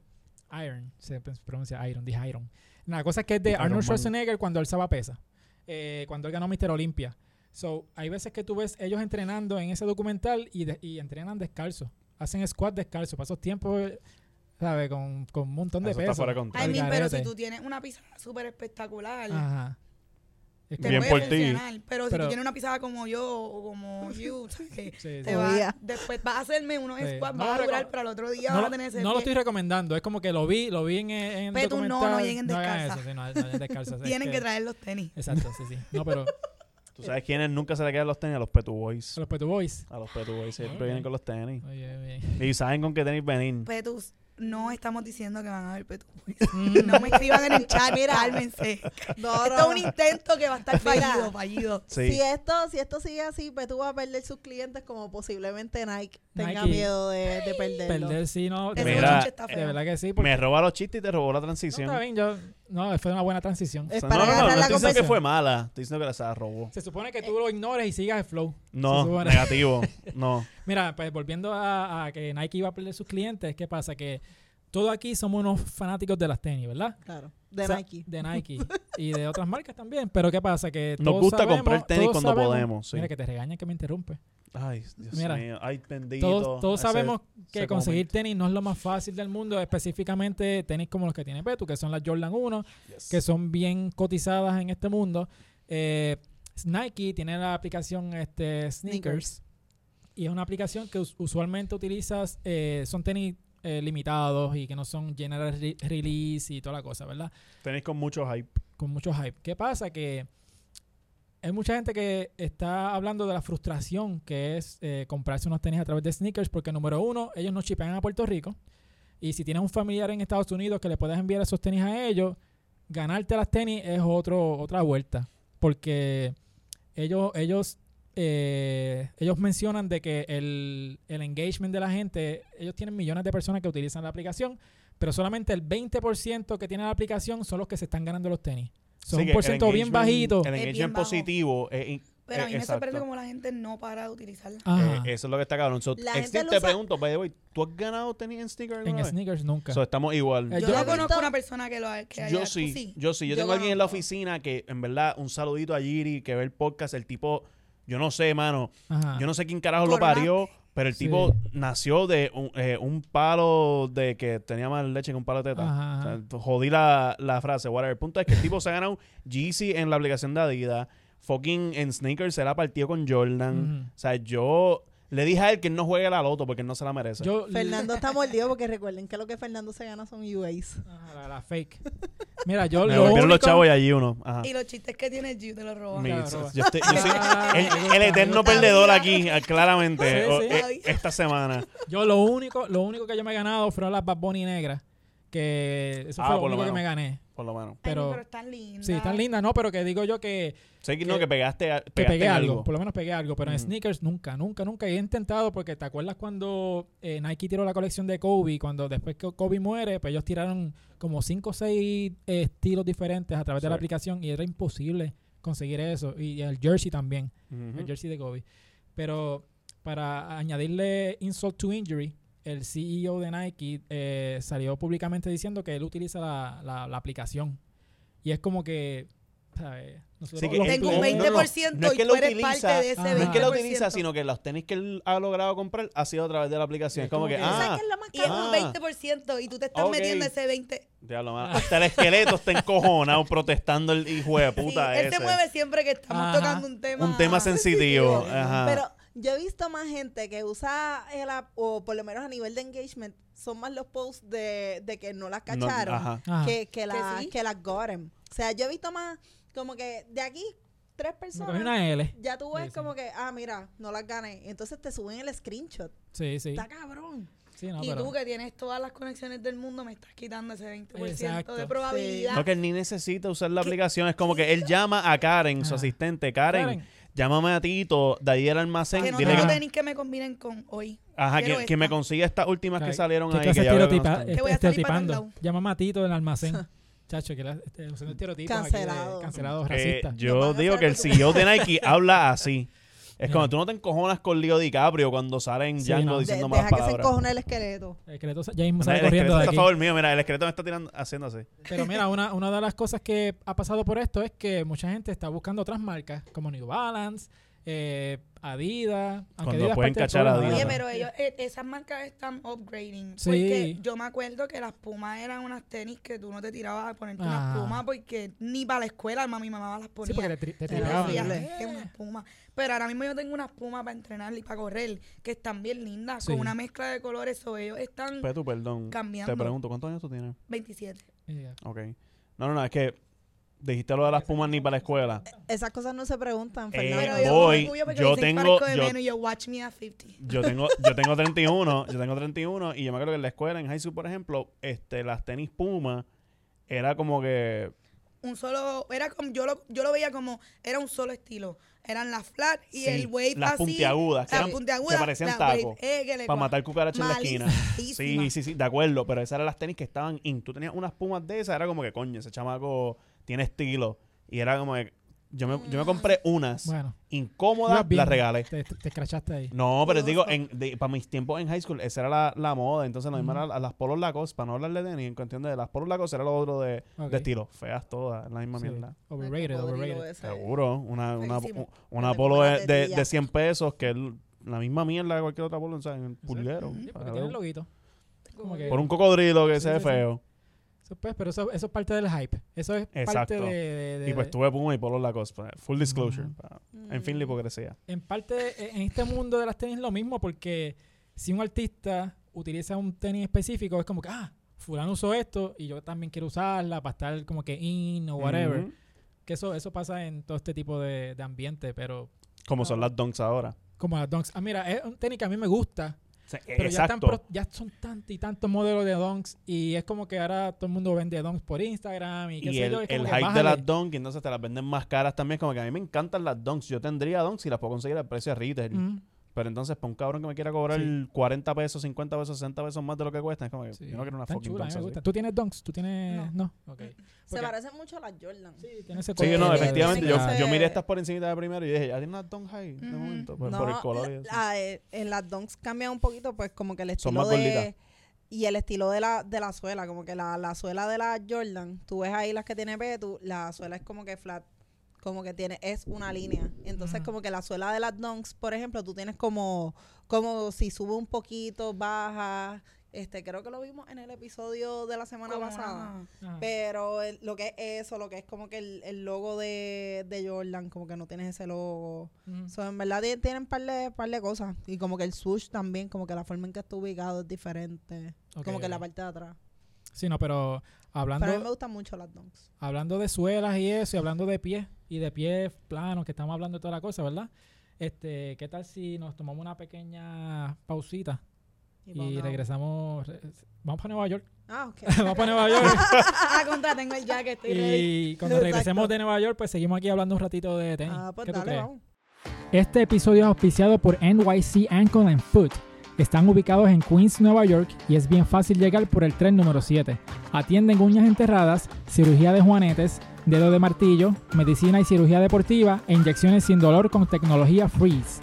Speaker 1: Iron, se pr- pronuncia Iron, dije Iron. La cosa es que es de
Speaker 2: Iron
Speaker 1: Arnold
Speaker 2: Man.
Speaker 1: Schwarzenegger cuando alzaba pesa, eh, cuando él ganó Mister Olympia. So, hay veces que tú ves ellos entrenando en ese documental y, de- y entrenan descalzo. Hacen squat descalzo, para esos tiempos, ¿sabes? Con, con un montón de
Speaker 2: Eso está
Speaker 1: peso.
Speaker 2: fuera de control.
Speaker 4: Ay,
Speaker 1: Al
Speaker 4: mi, pero
Speaker 1: garete.
Speaker 4: si tú tienes una pisada súper espectacular,
Speaker 1: Ajá. Es
Speaker 4: te
Speaker 1: como-
Speaker 2: Bien
Speaker 4: puede
Speaker 2: por ti.
Speaker 4: funcionar, Pero si
Speaker 1: Pero-
Speaker 4: tú tienes una pisada como yo
Speaker 1: <laughs>
Speaker 4: o como you, ¿sabes qué?
Speaker 1: Sí,
Speaker 4: Te
Speaker 1: sí.
Speaker 4: va-
Speaker 3: Jodida.
Speaker 4: después vas a hacerme unos
Speaker 1: Sí.
Speaker 4: squats,
Speaker 1: No
Speaker 4: vas
Speaker 1: lo
Speaker 4: a durar,
Speaker 1: reco-
Speaker 4: pero al otro día
Speaker 1: no,
Speaker 4: vas
Speaker 1: lo-
Speaker 4: a tener ese
Speaker 1: no lo
Speaker 4: pie.
Speaker 1: estoy recomendando, es como que lo vi, lo vi en, en
Speaker 4: Pero tú no, no
Speaker 1: documental.
Speaker 4: lleguen
Speaker 1: hagan
Speaker 4: descalzas.
Speaker 1: eso, sí, no, no lleguen
Speaker 4: <laughs>
Speaker 1: descalzas, es
Speaker 4: Tienen que traer los tenis.
Speaker 1: Exacto, sí, sí. No, pero
Speaker 2: ¿Tú sabes quiénes nunca se le quedan los tenis? A los Petu Boys.
Speaker 1: los Petu Boys.
Speaker 2: A los Petu Boys siempre
Speaker 1: Ok.
Speaker 2: vienen con los tenis.
Speaker 1: pues Oye, bien.
Speaker 2: Y saben con qué tenis venir.
Speaker 4: Petus, no estamos diciendo que van a ver Petus.
Speaker 1: <laughs> Mm,
Speaker 4: <laughs> No me escriban en el chat, <laughs> cálmense.
Speaker 3: No, no,
Speaker 4: Esto es
Speaker 3: no.
Speaker 4: un intento que va a estar
Speaker 3: Mira.
Speaker 4: fallido, fallido.
Speaker 2: Sí.
Speaker 3: Si esto, si esto sigue así, pues tú vas a perder sus clientes como posiblemente Nike tenga
Speaker 1: Nike.
Speaker 3: miedo de, de perderlo.
Speaker 1: perder sí, no. De,
Speaker 4: Ese
Speaker 2: Mira,
Speaker 1: verdad,
Speaker 4: bochinche está
Speaker 1: de
Speaker 4: feo.
Speaker 1: verdad que sí. Porque,
Speaker 2: Me roba los chistes y te robó la
Speaker 1: no,
Speaker 2: transición.
Speaker 1: está bien, yo, no, fue una buena transición.
Speaker 3: Es
Speaker 4: Eh,
Speaker 2: O sea,
Speaker 3: para
Speaker 2: no, no, no,
Speaker 3: agarrar
Speaker 2: no
Speaker 3: la
Speaker 2: estoy diciendo que
Speaker 1: conversación.
Speaker 2: fue mala. Estoy diciendo que la se robó.
Speaker 1: Se supone
Speaker 4: eh.
Speaker 1: que tú lo ignores y sigas el flow. Se
Speaker 2: No,
Speaker 1: supone. <laughs>
Speaker 2: negativo. No.
Speaker 1: Mira, pues volviendo a, a que Nike iba a perder sus clientes, ¿qué pasa? Que todos aquí somos unos fanáticos de las tenis, ¿verdad?
Speaker 3: Claro, de
Speaker 1: O sea,
Speaker 3: Nike. <laughs>
Speaker 1: De Nike. y de otras marcas también. Pero ¿qué pasa? Que
Speaker 2: Nos
Speaker 1: todos
Speaker 2: gusta
Speaker 1: sabemos-
Speaker 2: comprar tenis
Speaker 1: todos
Speaker 2: cuando
Speaker 1: sabemos-
Speaker 2: podemos, sí.
Speaker 1: Mira, que te regañan que me interrumpe.
Speaker 2: Ay, Dios
Speaker 1: Mira,
Speaker 2: mío. Ay, bendito.
Speaker 1: Todos, todos
Speaker 2: Ese-
Speaker 1: sabemos que
Speaker 2: ese
Speaker 1: conseguir tenis no es lo más fácil del mundo, específicamente tenis como los que tiene Petu, que son las Jordan 1,
Speaker 2: Yes.
Speaker 1: que son bien cotizadas en este mundo. Eh, Nike tiene la aplicación este, Sneakers,
Speaker 3: Sneakers.
Speaker 1: y es una aplicación que us- usualmente utilizas, eh, son tenis eh, limitados y que no son general re- release y toda la cosa, ¿verdad?
Speaker 2: Tenéis con mucho hype.
Speaker 1: Con mucho hype. ¿Qué pasa? Que hay mucha gente que está hablando de la frustración que es eh, comprarse unos tenis a través de sneakers porque, número uno, ellos no chipean a Puerto Rico. Y si tienes un familiar en Estados Unidos que le puedas enviar esos tenis a ellos, ganarte las tenis es otro, otra vuelta. Porque ellos, ellos, eh, ellos mencionan de que el, el engagement de la gente, ellos tienen millones de personas que utilizan la aplicación, pero solamente el 20% que tiene la aplicación son los que se están ganando los tenis. Son
Speaker 2: Sí,
Speaker 1: un
Speaker 2: que
Speaker 1: por
Speaker 2: el
Speaker 1: ciento bien
Speaker 2: engagement-
Speaker 1: bajito.
Speaker 2: El
Speaker 4: Es bien
Speaker 2: engagement
Speaker 4: bajo.
Speaker 2: positivo. es in- eh,
Speaker 4: Pero a mí me
Speaker 2: Exacto.
Speaker 4: sorprende cómo la gente no para de utilizarla.
Speaker 1: Ajá.
Speaker 2: eh, eso es lo que está cabrón. So,
Speaker 3: La gente
Speaker 2: Extil,
Speaker 3: lo
Speaker 2: te
Speaker 3: usa-
Speaker 2: pregunto, by the way, ¿tú has ganado tenis en sneaker alguna
Speaker 1: en
Speaker 2: vez?
Speaker 1: sneakers nunca.
Speaker 2: So, estamos igual.
Speaker 1: Eh,
Speaker 4: Yo,
Speaker 1: Yo
Speaker 4: no
Speaker 1: he
Speaker 4: conozco
Speaker 3: visto-
Speaker 4: una persona que lo ha- que haya
Speaker 2: Yo sí, yo sí. Yo, tengo alguien en la
Speaker 4: conozco.
Speaker 2: oficina que, en verdad, un saludito a Giri, que ve el podcast. El tipo, yo no sé, mano.
Speaker 1: Ajá.
Speaker 2: Yo no sé quién carajo lo
Speaker 4: Cormac.
Speaker 2: parió, pero el
Speaker 1: Ah. Sí.
Speaker 2: tipo nació de un, eh, un palo de que tenía más leche que un palo de teta.
Speaker 1: Ajá,
Speaker 2: O sea,
Speaker 1: ajá.
Speaker 2: jodí la, la frase, whatever. El punto es que el tipo se ha ganado Yeezy en la aplicación de Adidas. Fucking en sneakers se la partió con Jordan.
Speaker 1: Ujú.
Speaker 2: O sea, yo le dije a él que no juegue la loto porque él no se la merece.
Speaker 1: Yo-
Speaker 3: Fernando <laughs> está mordido porque recuerden que lo que Fernando se gana son UAs.
Speaker 1: Ajá, Ah, la, la fake. Mira, yo
Speaker 2: <laughs> Me
Speaker 1: lo
Speaker 2: volvieron los
Speaker 1: único-
Speaker 2: chavos y allí uno. Ajá.
Speaker 4: Y los chistes que tiene G te los roban.
Speaker 2: Mi-
Speaker 1: Claro, roba.
Speaker 2: yo estoy- yo
Speaker 4: <laughs>
Speaker 2: soy
Speaker 1: Ah,
Speaker 2: el,
Speaker 1: me gusta,
Speaker 2: el
Speaker 1: me
Speaker 2: eterno
Speaker 1: gusta.
Speaker 2: perdedor aquí, ah, claramente,
Speaker 1: Sí,
Speaker 2: o-
Speaker 1: sí.
Speaker 2: eh, esta semana.
Speaker 1: Yo lo único, lo único que yo me he ganado fueron las Bad Bunny negras. Que eso
Speaker 2: Ah,
Speaker 1: fue lo
Speaker 2: por lo
Speaker 1: único que
Speaker 2: menos.
Speaker 1: me gané.
Speaker 2: Por lo menos.
Speaker 4: Ay, no,
Speaker 1: Pero-
Speaker 4: pero están lindas.
Speaker 1: Sí, están lindas, ¿no? Pero que digo yo que,
Speaker 2: Sé que no, que pegaste, a-
Speaker 1: que
Speaker 2: pegaste
Speaker 1: pegué
Speaker 2: en Mm.
Speaker 1: algo. Por lo menos pegué algo. Pero en
Speaker 2: Ujú.
Speaker 1: sneakers nunca, nunca, nunca. Y he intentado porque te acuerdas cuando eh, Nike tiró la colección de Kobe. Cuando después que Kobe muere, pues ellos tiraron como 5 o 6 estilos diferentes a través de la
Speaker 2: Sí.
Speaker 1: aplicación. Y era imposible conseguir eso. Y el jersey también.
Speaker 2: Ujú.
Speaker 1: el jersey de Kobe. Pero para añadirle insult to injury, el CEO de Nike eh, salió públicamente diciendo que él utiliza la, la- la aplicación. Y es como que, ¿sabes? Nosotros
Speaker 2: Sí, que
Speaker 1: los
Speaker 2: él-
Speaker 4: Tengo un
Speaker 1: empleados-
Speaker 2: no, no, <laughs>
Speaker 4: 20%
Speaker 2: no. No es
Speaker 4: y
Speaker 2: que
Speaker 4: tú
Speaker 2: lo
Speaker 4: eres
Speaker 2: utiliza, Ah.
Speaker 4: parte de ese
Speaker 1: no
Speaker 2: No es que lo
Speaker 4: 20%.
Speaker 2: utiliza, sino que los tenis que él ha logrado comprar ha sido a través de la aplicación. Es como que,
Speaker 3: ¿Tú ¿Sabes
Speaker 2: ah,
Speaker 3: qué es lo más
Speaker 4: Y es
Speaker 3: cabrón?
Speaker 2: Ah.
Speaker 4: un 20% y tú te estás
Speaker 2: Ok.
Speaker 4: metiendo ese 20%.
Speaker 2: diablo, mano, hasta el esqueleto está encojonado <laughs> protestando el hijo de puta
Speaker 4: Sí, él
Speaker 2: ese.
Speaker 4: se mueve siempre que estamos
Speaker 1: Ajá.
Speaker 4: tocando un tema.
Speaker 2: Un
Speaker 4: <laughs>
Speaker 2: tema sensitivo. Ajá.
Speaker 3: Pero yo he visto más gente que usa el app, o por lo menos a nivel de engagement, son más los posts de, de que no las
Speaker 2: No,
Speaker 3: cacharon
Speaker 2: ajá.
Speaker 1: Ajá.
Speaker 3: que, que, la,
Speaker 4: sí.
Speaker 3: que las goren. O sea, yo he visto más como que de aquí, tres
Speaker 1: Como que hay
Speaker 3: personas.
Speaker 1: una L.
Speaker 3: Ya tú ves
Speaker 1: Sí, sí.
Speaker 3: como que, ah, mira, no las gané. Entonces te suben el screenshot.
Speaker 1: Sí, sí.
Speaker 3: Está cabrón.
Speaker 1: Sí, no,
Speaker 4: y
Speaker 1: pero-
Speaker 4: tú que tienes todas las conexiones del mundo me estás quitando ese 20%
Speaker 1: Exacto.
Speaker 4: de probabilidad.
Speaker 2: No, que él ni necesita usar la aplicación. Es como que él llama a Karen,
Speaker 1: Ajá.
Speaker 2: su asistente. Karen,
Speaker 1: Karen.
Speaker 2: llámame a Tito, de ahí del
Speaker 4: Que
Speaker 2: almacén.
Speaker 4: no
Speaker 2: dile
Speaker 4: tengo
Speaker 1: Ajá.
Speaker 2: que,
Speaker 4: tenis que me combinen con hoy.
Speaker 2: ajá,
Speaker 4: Quiero
Speaker 2: que, que
Speaker 4: esta.
Speaker 2: me consiga estas últimas que
Speaker 1: Ay,
Speaker 2: salieron
Speaker 1: ¿Qué
Speaker 2: ahí.
Speaker 1: clase
Speaker 2: Que
Speaker 1: de
Speaker 2: ya veo que no
Speaker 1: estereotipa- Eh,
Speaker 2: están.
Speaker 4: Te voy a salir
Speaker 1: estereotipando?
Speaker 4: para el lado.
Speaker 1: Llama a Matito del
Speaker 4: <laughs>
Speaker 1: almacén. Chacho, que la, este, usando estereotipos aquí de
Speaker 3: Cancelado.
Speaker 1: cancelados
Speaker 2: Eh,
Speaker 1: racistas.
Speaker 3: Nos
Speaker 2: yo
Speaker 3: van a
Speaker 2: digo
Speaker 3: hacer
Speaker 2: que el CEO
Speaker 3: algo.
Speaker 2: de
Speaker 3: <laughs>
Speaker 2: Nike habla así. Es
Speaker 1: Mira.
Speaker 2: como tú no te encojonas con Leo DiCaprio cuando sale en
Speaker 1: Sí,
Speaker 2: Django
Speaker 1: no.
Speaker 3: De-
Speaker 2: diciendo
Speaker 3: deja
Speaker 2: malas
Speaker 3: que se
Speaker 2: palabras.
Speaker 3: encojone el esqueleto.
Speaker 1: El esqueleto sa- ya mismo
Speaker 2: Mira,
Speaker 1: sale
Speaker 2: el
Speaker 1: corriendo de
Speaker 2: esqueleto está
Speaker 1: aquí.
Speaker 2: a favor mío, mira, el esqueleto me está tirando, haciendo así.
Speaker 1: Pero mira, una, una de las cosas que ha pasado por esto es que mucha gente está buscando otras marcas como New Balance, eh, Adidas. aunque
Speaker 2: Cuando
Speaker 1: Adidas
Speaker 2: pueden
Speaker 1: parte del
Speaker 2: cachar a
Speaker 1: programa,
Speaker 2: Adidas.
Speaker 4: Oye,
Speaker 1: ¿verdad?
Speaker 4: pero ellos, eh, esas marcas están upgrading.
Speaker 1: Sí.
Speaker 4: Porque yo me acuerdo que las pumas eran unas tenis que tú no te tirabas a ponerte unas
Speaker 1: Ajá.
Speaker 4: pumas porque ni para la escuela mamá y mamá las ponía.
Speaker 1: Sí, porque te, tri- te
Speaker 4: Te
Speaker 3: Era
Speaker 4: lo
Speaker 1: tripeaban.
Speaker 4: hacía,
Speaker 3: horrible.
Speaker 4: es una espuma. Pero ahora mismo yo tengo unas pumas para entrenar y para correr, que están bien lindas,
Speaker 1: Sí.
Speaker 4: con una mezcla de colores, o ellos
Speaker 3: Mm.
Speaker 4: están
Speaker 2: Pero tú, perdón.
Speaker 4: Cambiando.
Speaker 2: Te pregunto, ¿cuántos años tú tienes?
Speaker 4: 27.
Speaker 1: Yeah.
Speaker 2: Ok. No, no, no, es que dijiste lo de las pumas ni para la escuela.
Speaker 3: Esas cosas no se preguntan,
Speaker 2: Eh,
Speaker 3: Fernando.
Speaker 4: Pero
Speaker 2: no.
Speaker 4: yo
Speaker 2: voy,
Speaker 4: me orgullo porque
Speaker 2: yo
Speaker 4: dicen
Speaker 2: tengo-
Speaker 4: Parco de
Speaker 2: yo-
Speaker 4: Venus y yo watch me at 50.
Speaker 2: Yo tengo, yo tengo 31, yo tengo 31 y yo me acuerdo que en la escuela, en high school, por ejemplo, este, las tenis Puma era como que
Speaker 4: Un solo, era como, yo lo, yo lo veía como, era un solo estilo. Eran las flat y
Speaker 2: Sí,
Speaker 4: el wave
Speaker 2: las
Speaker 4: así.
Speaker 2: puntiagudas, que
Speaker 4: las
Speaker 2: eran-
Speaker 4: puntiagudas,
Speaker 2: que parecían
Speaker 4: las wave,
Speaker 2: tacos,
Speaker 4: eh, que le
Speaker 2: para
Speaker 4: cua-
Speaker 2: matar cucarachas en la esquina.
Speaker 4: malísima.
Speaker 2: Sí, sí, sí, de acuerdo, pero esas eran las tenis que estaban in. Tú tenías unas pumas de esas, era como que, coño, ese chamaco tiene estilo. Y era como que, yo me, yo me compré unas
Speaker 1: Bueno,
Speaker 2: incómodas,
Speaker 1: ibas bien.
Speaker 2: las regalé.
Speaker 1: te, te, te escrachaste
Speaker 2: <laughs>
Speaker 1: ahí.
Speaker 2: No, pero digo,
Speaker 4: Dios.
Speaker 2: en, para mis tiempos en high school, esa era la, la moda. Entonces, lo mismo
Speaker 1: Ujú.
Speaker 2: era las polos lacos, para no hablarle de ni en cuestión de las polos lacos, era lo otro de, de
Speaker 1: Ok.
Speaker 2: estilo. Feas todas, la misma
Speaker 1: Sí.
Speaker 2: mierda.
Speaker 1: Overrated, overrated.
Speaker 2: Seguro, una, una,
Speaker 3: Pues,
Speaker 4: Feísimo.
Speaker 2: un- una
Speaker 3: Te
Speaker 2: polo
Speaker 3: pongo una
Speaker 2: de, de,
Speaker 3: tetilla.
Speaker 2: de 100 pesos, que es la misma mierda que cualquier otra polo, o sea, en el pulguero.
Speaker 1: Sí, porque
Speaker 2: para
Speaker 1: tiene
Speaker 2: ver.
Speaker 1: el loguito. Como que-
Speaker 2: Por un cocodrilo que
Speaker 1: Sí,
Speaker 2: se ve
Speaker 1: sí, sí.
Speaker 2: feo.
Speaker 1: Eso, pues, pero eso, eso es parte del hype. Eso es parte
Speaker 2: Exacto.
Speaker 1: de, de- de-
Speaker 2: Y pues tuve Puma y Polo Lacoste. pues, Full disclosure.
Speaker 1: Ujú.
Speaker 2: pa-
Speaker 3: mm,
Speaker 2: En fin, la hipocresía.
Speaker 1: e, En parte, eh, en este mundo de las tenis lo mismo porque si un artista utiliza un tenis específico, es como que, ah, fulano usó esto y yo también quiero usarla para estar como que in o whatever.
Speaker 2: Ujú.
Speaker 1: Que eso, eso pasa en todo este tipo de, de ambiente, pero
Speaker 2: Como
Speaker 1: Ah.
Speaker 2: son las donks ahora.
Speaker 1: como las donks. Ah, mira, es un tenis que a mí me gusta,
Speaker 2: O sea,
Speaker 1: pero ya, están
Speaker 2: exacto.
Speaker 1: pro- ya son tantos y tantos modelos de donks y es como que ahora todo el mundo vende donks por Instagram y qué
Speaker 2: y
Speaker 1: sé
Speaker 2: el,
Speaker 1: yo. es como
Speaker 2: el
Speaker 1: que
Speaker 2: hype de
Speaker 1: bájale.
Speaker 2: las donks, entonces te las venden más caras también. Como que a mí me encantan las donks. Yo tendría donks y las puedo conseguir al precio de retail.
Speaker 1: Mm.
Speaker 2: Pero entonces, para un cabrón que me quiera cobrar
Speaker 1: Sí.
Speaker 2: 40 pesos, 50 pesos, 60 pesos más de lo que cuesta, es como que
Speaker 1: Sí.
Speaker 2: yo no quiero una
Speaker 1: Están
Speaker 2: fucking
Speaker 1: chulas, a mí
Speaker 2: donks
Speaker 1: me
Speaker 2: así.
Speaker 1: gustan. ¿Tú tienes donks? ¿Tú tienes...? No. Ok.
Speaker 3: Se
Speaker 1: Porque-
Speaker 3: parecen mucho a las Jordan.
Speaker 1: Sí, tiene ese
Speaker 2: Sí,
Speaker 1: color
Speaker 2: no,
Speaker 1: de-
Speaker 2: efectivamente. Yo,
Speaker 5: Tienen
Speaker 2: yo
Speaker 5: ese-
Speaker 2: miré estas por encima de primero y dije, ya tiene unas donks ahí. De
Speaker 4: Ujú.
Speaker 2: momento, por,
Speaker 3: no,
Speaker 2: por el color y
Speaker 3: la-
Speaker 2: eso.
Speaker 3: la- eh, en las Dunks cambia un poquito, pues como que el
Speaker 2: Son
Speaker 3: estilo
Speaker 2: más gorditas.
Speaker 3: de y el estilo de la de la suela, como que la, la suela de la Jordan, tú ves ahí las que tiene Betu, la suela es como que flat, como que tiene es una línea. Entonces
Speaker 1: Ujú.
Speaker 3: como que la suela de las Dunks, por ejemplo, tú tienes como como si sube un poquito, baja, este creo que lo vimos en el episodio de la semana
Speaker 4: Como
Speaker 3: pasada.
Speaker 4: una-
Speaker 1: Ajá.
Speaker 3: Pero el- lo que es eso, lo que es como que el, el logo de, de Jordan, como que no tienes ese logo.
Speaker 1: Mm.
Speaker 3: So, en verdad tie- tienen par de, par de cosas. Y como que el swoosh también, como que la forma en que está ubicado es diferente.
Speaker 1: Ok,
Speaker 3: como que la
Speaker 1: ok.
Speaker 3: parte de atrás.
Speaker 1: Sí, no, pero hablando...
Speaker 3: Pero a mí me gustan mucho las donks.
Speaker 1: hablando de suelas y eso, y hablando de pies, y de pies planos, que estamos hablando de toda la cosa, ¿verdad? Este, ¿qué tal si nos tomamos una pequeña pausita y,
Speaker 3: ponga-
Speaker 1: regresamos? re- Vamos para Nueva York. <laughs>
Speaker 3: Ah, ok.
Speaker 1: Vamos para
Speaker 3: <laughs>
Speaker 1: Nueva York.
Speaker 3: ah, contra, tengo el jacket, estoy ready.
Speaker 1: y cuando
Speaker 3: Exacto.
Speaker 1: regresemos de Nueva York, pues seguimos aquí hablando un ratito de tenis.
Speaker 3: Ah, pues
Speaker 1: ¿Qué tú
Speaker 3: dale,
Speaker 1: crees?
Speaker 3: vamos.
Speaker 1: Este episodio es auspiciado por NYC Ankle and Foot. Están ubicados en Queens, Nueva York y es bien fácil llegar por el tren número 7. Atienden uñas enterradas, cirugía de juanetes, dedo de martillo, medicina y cirugía deportiva e inyecciones sin dolor con tecnología Freeze.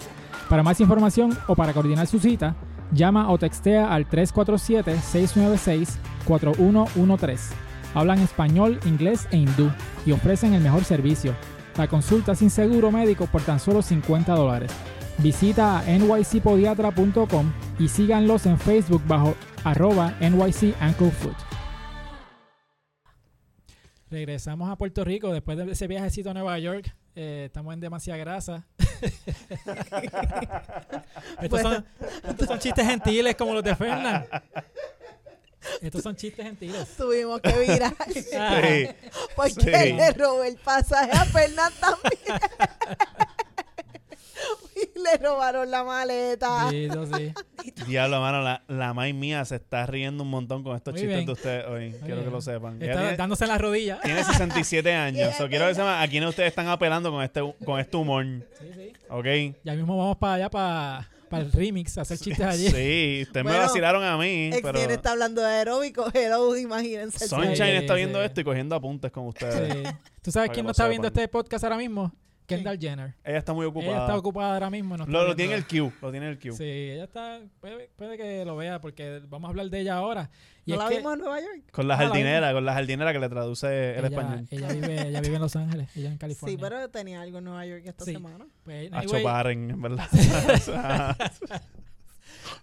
Speaker 1: Para más información o para coordinar su cita, llama o textea al 347-696-4113. Hablan español, inglés e hindú y ofrecen el mejor servicio. La consulta sin seguro médico por tan solo 50 dólares. Visita a nycpodiatra.com y síganlos en Facebook bajo arroba nycanklefoot. Regresamos a Puerto Rico después de ese viajecito a Nueva York. Eh, estamos en demasiada grasa. estos, son, estos son chistes gentiles como los de Fernan. Estos son chistes gentiles.
Speaker 3: Tuvimos que
Speaker 1: <laughs>
Speaker 3: virar.
Speaker 1: Ah,
Speaker 2: <laughs> Sí.
Speaker 1: <laughs>
Speaker 3: porque
Speaker 2: Sí.
Speaker 3: le robé el pasaje a Fernán también. <laughs> y le robaron la maleta.
Speaker 1: sí, eso sí.
Speaker 2: Diablo, mano, la, la May mía se está riendo un montón con estos
Speaker 1: Muy
Speaker 2: chistes
Speaker 1: bien.
Speaker 2: de ustedes hoy. Quiero que
Speaker 1: bien.
Speaker 2: lo sepan. Ella
Speaker 1: Está
Speaker 2: tiene,
Speaker 1: dándose en las rodillas. <laughs>
Speaker 2: tiene 67 años. so, quiero que sepan a quiénes ustedes están apelando con este, con este humor.
Speaker 1: Sí, sí.
Speaker 2: ¿Ok?
Speaker 1: Ya mismo vamos para allá, para, el remix, a hacer chistes allí.
Speaker 2: Sí, ustedes me
Speaker 3: Bueno,
Speaker 2: vacilaron a mí.
Speaker 3: Exner
Speaker 2: Pero
Speaker 3: está hablando de aeróbico, <laughs> hello, imagínense. el
Speaker 1: Soy-
Speaker 2: Sunshine
Speaker 1: Sí,
Speaker 2: está
Speaker 1: sí.
Speaker 2: viendo esto y cogiendo apuntes con ustedes.
Speaker 1: Sí. ¿Tú sabes
Speaker 2: Para
Speaker 1: quién
Speaker 2: que
Speaker 1: no
Speaker 2: lo
Speaker 1: está viendo
Speaker 2: sepan.
Speaker 1: este podcast ahora mismo? Kendall Jenner.
Speaker 2: Ella está muy
Speaker 1: Ella
Speaker 2: ocupada.
Speaker 1: está ocupada ahora mismo. no está
Speaker 2: lo, lo
Speaker 1: viendo.
Speaker 2: tiene en el Q. Lo tiene en el Q.
Speaker 1: Sí, ella está. Puede, puede que lo vea porque vamos a hablar de ella ahora. Y
Speaker 3: ¿No
Speaker 1: es
Speaker 3: la
Speaker 1: que
Speaker 3: vimos en Nueva York?
Speaker 2: Con la
Speaker 1: Ah, la
Speaker 2: jardinera, con la jardinera que le traduce el
Speaker 1: ella,
Speaker 2: español.
Speaker 1: Ella vive, ella vive en Los Ángeles, ella en California.
Speaker 3: Sí, pero tenía algo en Nueva York esta
Speaker 1: Sí.
Speaker 3: semana.
Speaker 1: Pues,
Speaker 2: A
Speaker 1: anyway,
Speaker 2: Choparren,
Speaker 1: <laughs>
Speaker 2: en verdad. Ah, O <laughs> sea,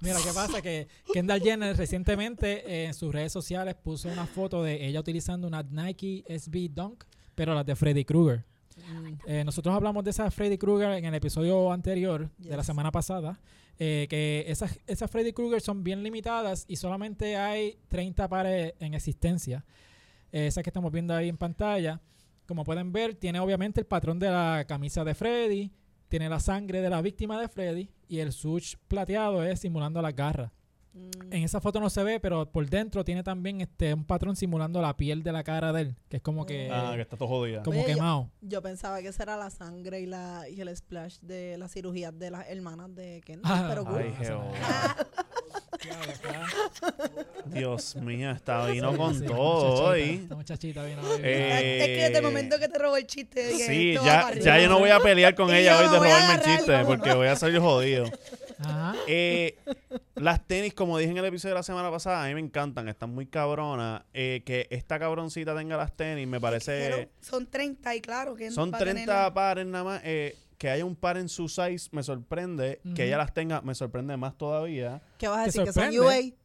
Speaker 1: Mira, ¿qué pasa? Que Kendall Jenner recientemente eh, en sus redes sociales puso una foto de ella utilizando una Nike SB Dunk, pero las de Freddy Krueger. Eh, nosotros hablamos de esa Freddy Krueger en el episodio anterior de la
Speaker 3: Yes.
Speaker 1: semana pasada, eh, que esas, esas Freddy Krueger son bien limitadas y solamente hay 30 pares en existencia. Eh, esas que estamos viendo ahí en pantalla, como pueden ver, tiene obviamente el patrón de la camisa de Freddy, tiene la sangre de la víctima de Freddy y el switch plateado es simulando las garras.
Speaker 3: Mm.
Speaker 1: En esa foto no se ve, pero por dentro tiene también este un patrón simulando la piel de la cara de él, que es como que
Speaker 2: ah, que está todo jodida.
Speaker 1: como
Speaker 3: Oye, yo-
Speaker 1: quemado.
Speaker 3: Yo pensaba que esa era la sangre y, la, y el splash de las cirugías de las hermanas de Kendall,
Speaker 1: Ah,
Speaker 3: pero cool.
Speaker 1: no
Speaker 2: Ay,
Speaker 1: pasa <laughs>
Speaker 2: Jehová.
Speaker 1: nada. Claro, está-
Speaker 2: Dios mío, está vino
Speaker 1: Sí,
Speaker 2: con
Speaker 1: sí, esta
Speaker 2: todo
Speaker 1: muchachita,
Speaker 2: hoy.
Speaker 1: Esta muchachita vino hoy.
Speaker 2: Eh,
Speaker 4: Es que desde el momento que te robó el chiste, dije,
Speaker 2: Sí,
Speaker 4: esto va
Speaker 2: ya,
Speaker 4: para
Speaker 2: ya
Speaker 4: arriba.
Speaker 2: yo no voy a pelear con
Speaker 4: Y
Speaker 2: ella
Speaker 4: yo
Speaker 2: hoy
Speaker 4: me
Speaker 2: de
Speaker 4: voy a
Speaker 2: robarme el
Speaker 4: agarrar y
Speaker 2: chiste,
Speaker 4: vámonos.
Speaker 2: porque voy a salir
Speaker 4: <laughs>
Speaker 2: jodido.
Speaker 1: Ajá.
Speaker 2: Eh, las tenis, como dije en el episodio de la semana pasada, a mí me encantan, están muy cabronas. Eh, que esta cabroncita tenga las tenis, me
Speaker 4: Pero
Speaker 2: parece...
Speaker 4: son 30 y claro que
Speaker 2: este, Son
Speaker 4: va a tener
Speaker 2: 30 pares nada más. eh, que haya un par en su size me sorprende.
Speaker 1: Ujú.
Speaker 2: Que ella las tenga me sorprende más todavía.
Speaker 3: ¿Qué vas a
Speaker 1: Te
Speaker 3: decir? ¿Que son UA?
Speaker 1: sorprende.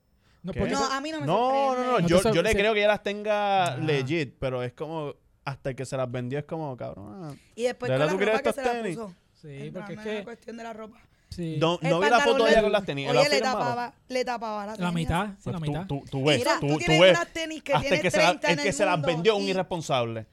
Speaker 1: No,
Speaker 2: ¿Qué?
Speaker 1: porque
Speaker 4: No, ah,
Speaker 1: eso-
Speaker 4: a mí no me
Speaker 2: pues, No, no, no.
Speaker 1: No te
Speaker 2: Yo,
Speaker 1: sor-
Speaker 2: yo le
Speaker 1: se-
Speaker 2: creo que ella las tenga
Speaker 1: Ah.
Speaker 2: legit, pero es como. Hasta el que se las vendió es como, cabrón. ah.
Speaker 4: Y después
Speaker 2: ¿De
Speaker 4: con
Speaker 2: verdad
Speaker 4: la
Speaker 2: tú quieres
Speaker 4: ropa que se
Speaker 2: estos
Speaker 4: la
Speaker 2: tenis?
Speaker 4: puso.
Speaker 1: sí,
Speaker 4: Es
Speaker 1: porque es
Speaker 4: nada más la
Speaker 1: que
Speaker 4: cuestión de la ropa.
Speaker 1: Sí.
Speaker 2: No,
Speaker 4: El
Speaker 2: no vi la foto
Speaker 4: pantalón
Speaker 2: de ella
Speaker 4: le-
Speaker 2: con las tenis. ¿Él
Speaker 4: Oye,
Speaker 2: las
Speaker 4: le
Speaker 2: firmaba?
Speaker 4: tapaba, le tapaba la
Speaker 1: La
Speaker 4: tenis.
Speaker 1: mitad, sí,
Speaker 2: Pues
Speaker 1: la
Speaker 2: tú-
Speaker 1: mitad.
Speaker 2: Tú, tú ves,
Speaker 3: Mira,
Speaker 2: tú,
Speaker 4: tú
Speaker 2: tú
Speaker 4: tienes
Speaker 2: ves.
Speaker 4: unas tenis que
Speaker 2: hasta
Speaker 4: tienes
Speaker 2: que se, la-
Speaker 4: 30
Speaker 2: el
Speaker 4: en
Speaker 2: que
Speaker 4: el
Speaker 2: se las
Speaker 4: mundo
Speaker 2: vendió un
Speaker 4: y-
Speaker 2: irresponsable.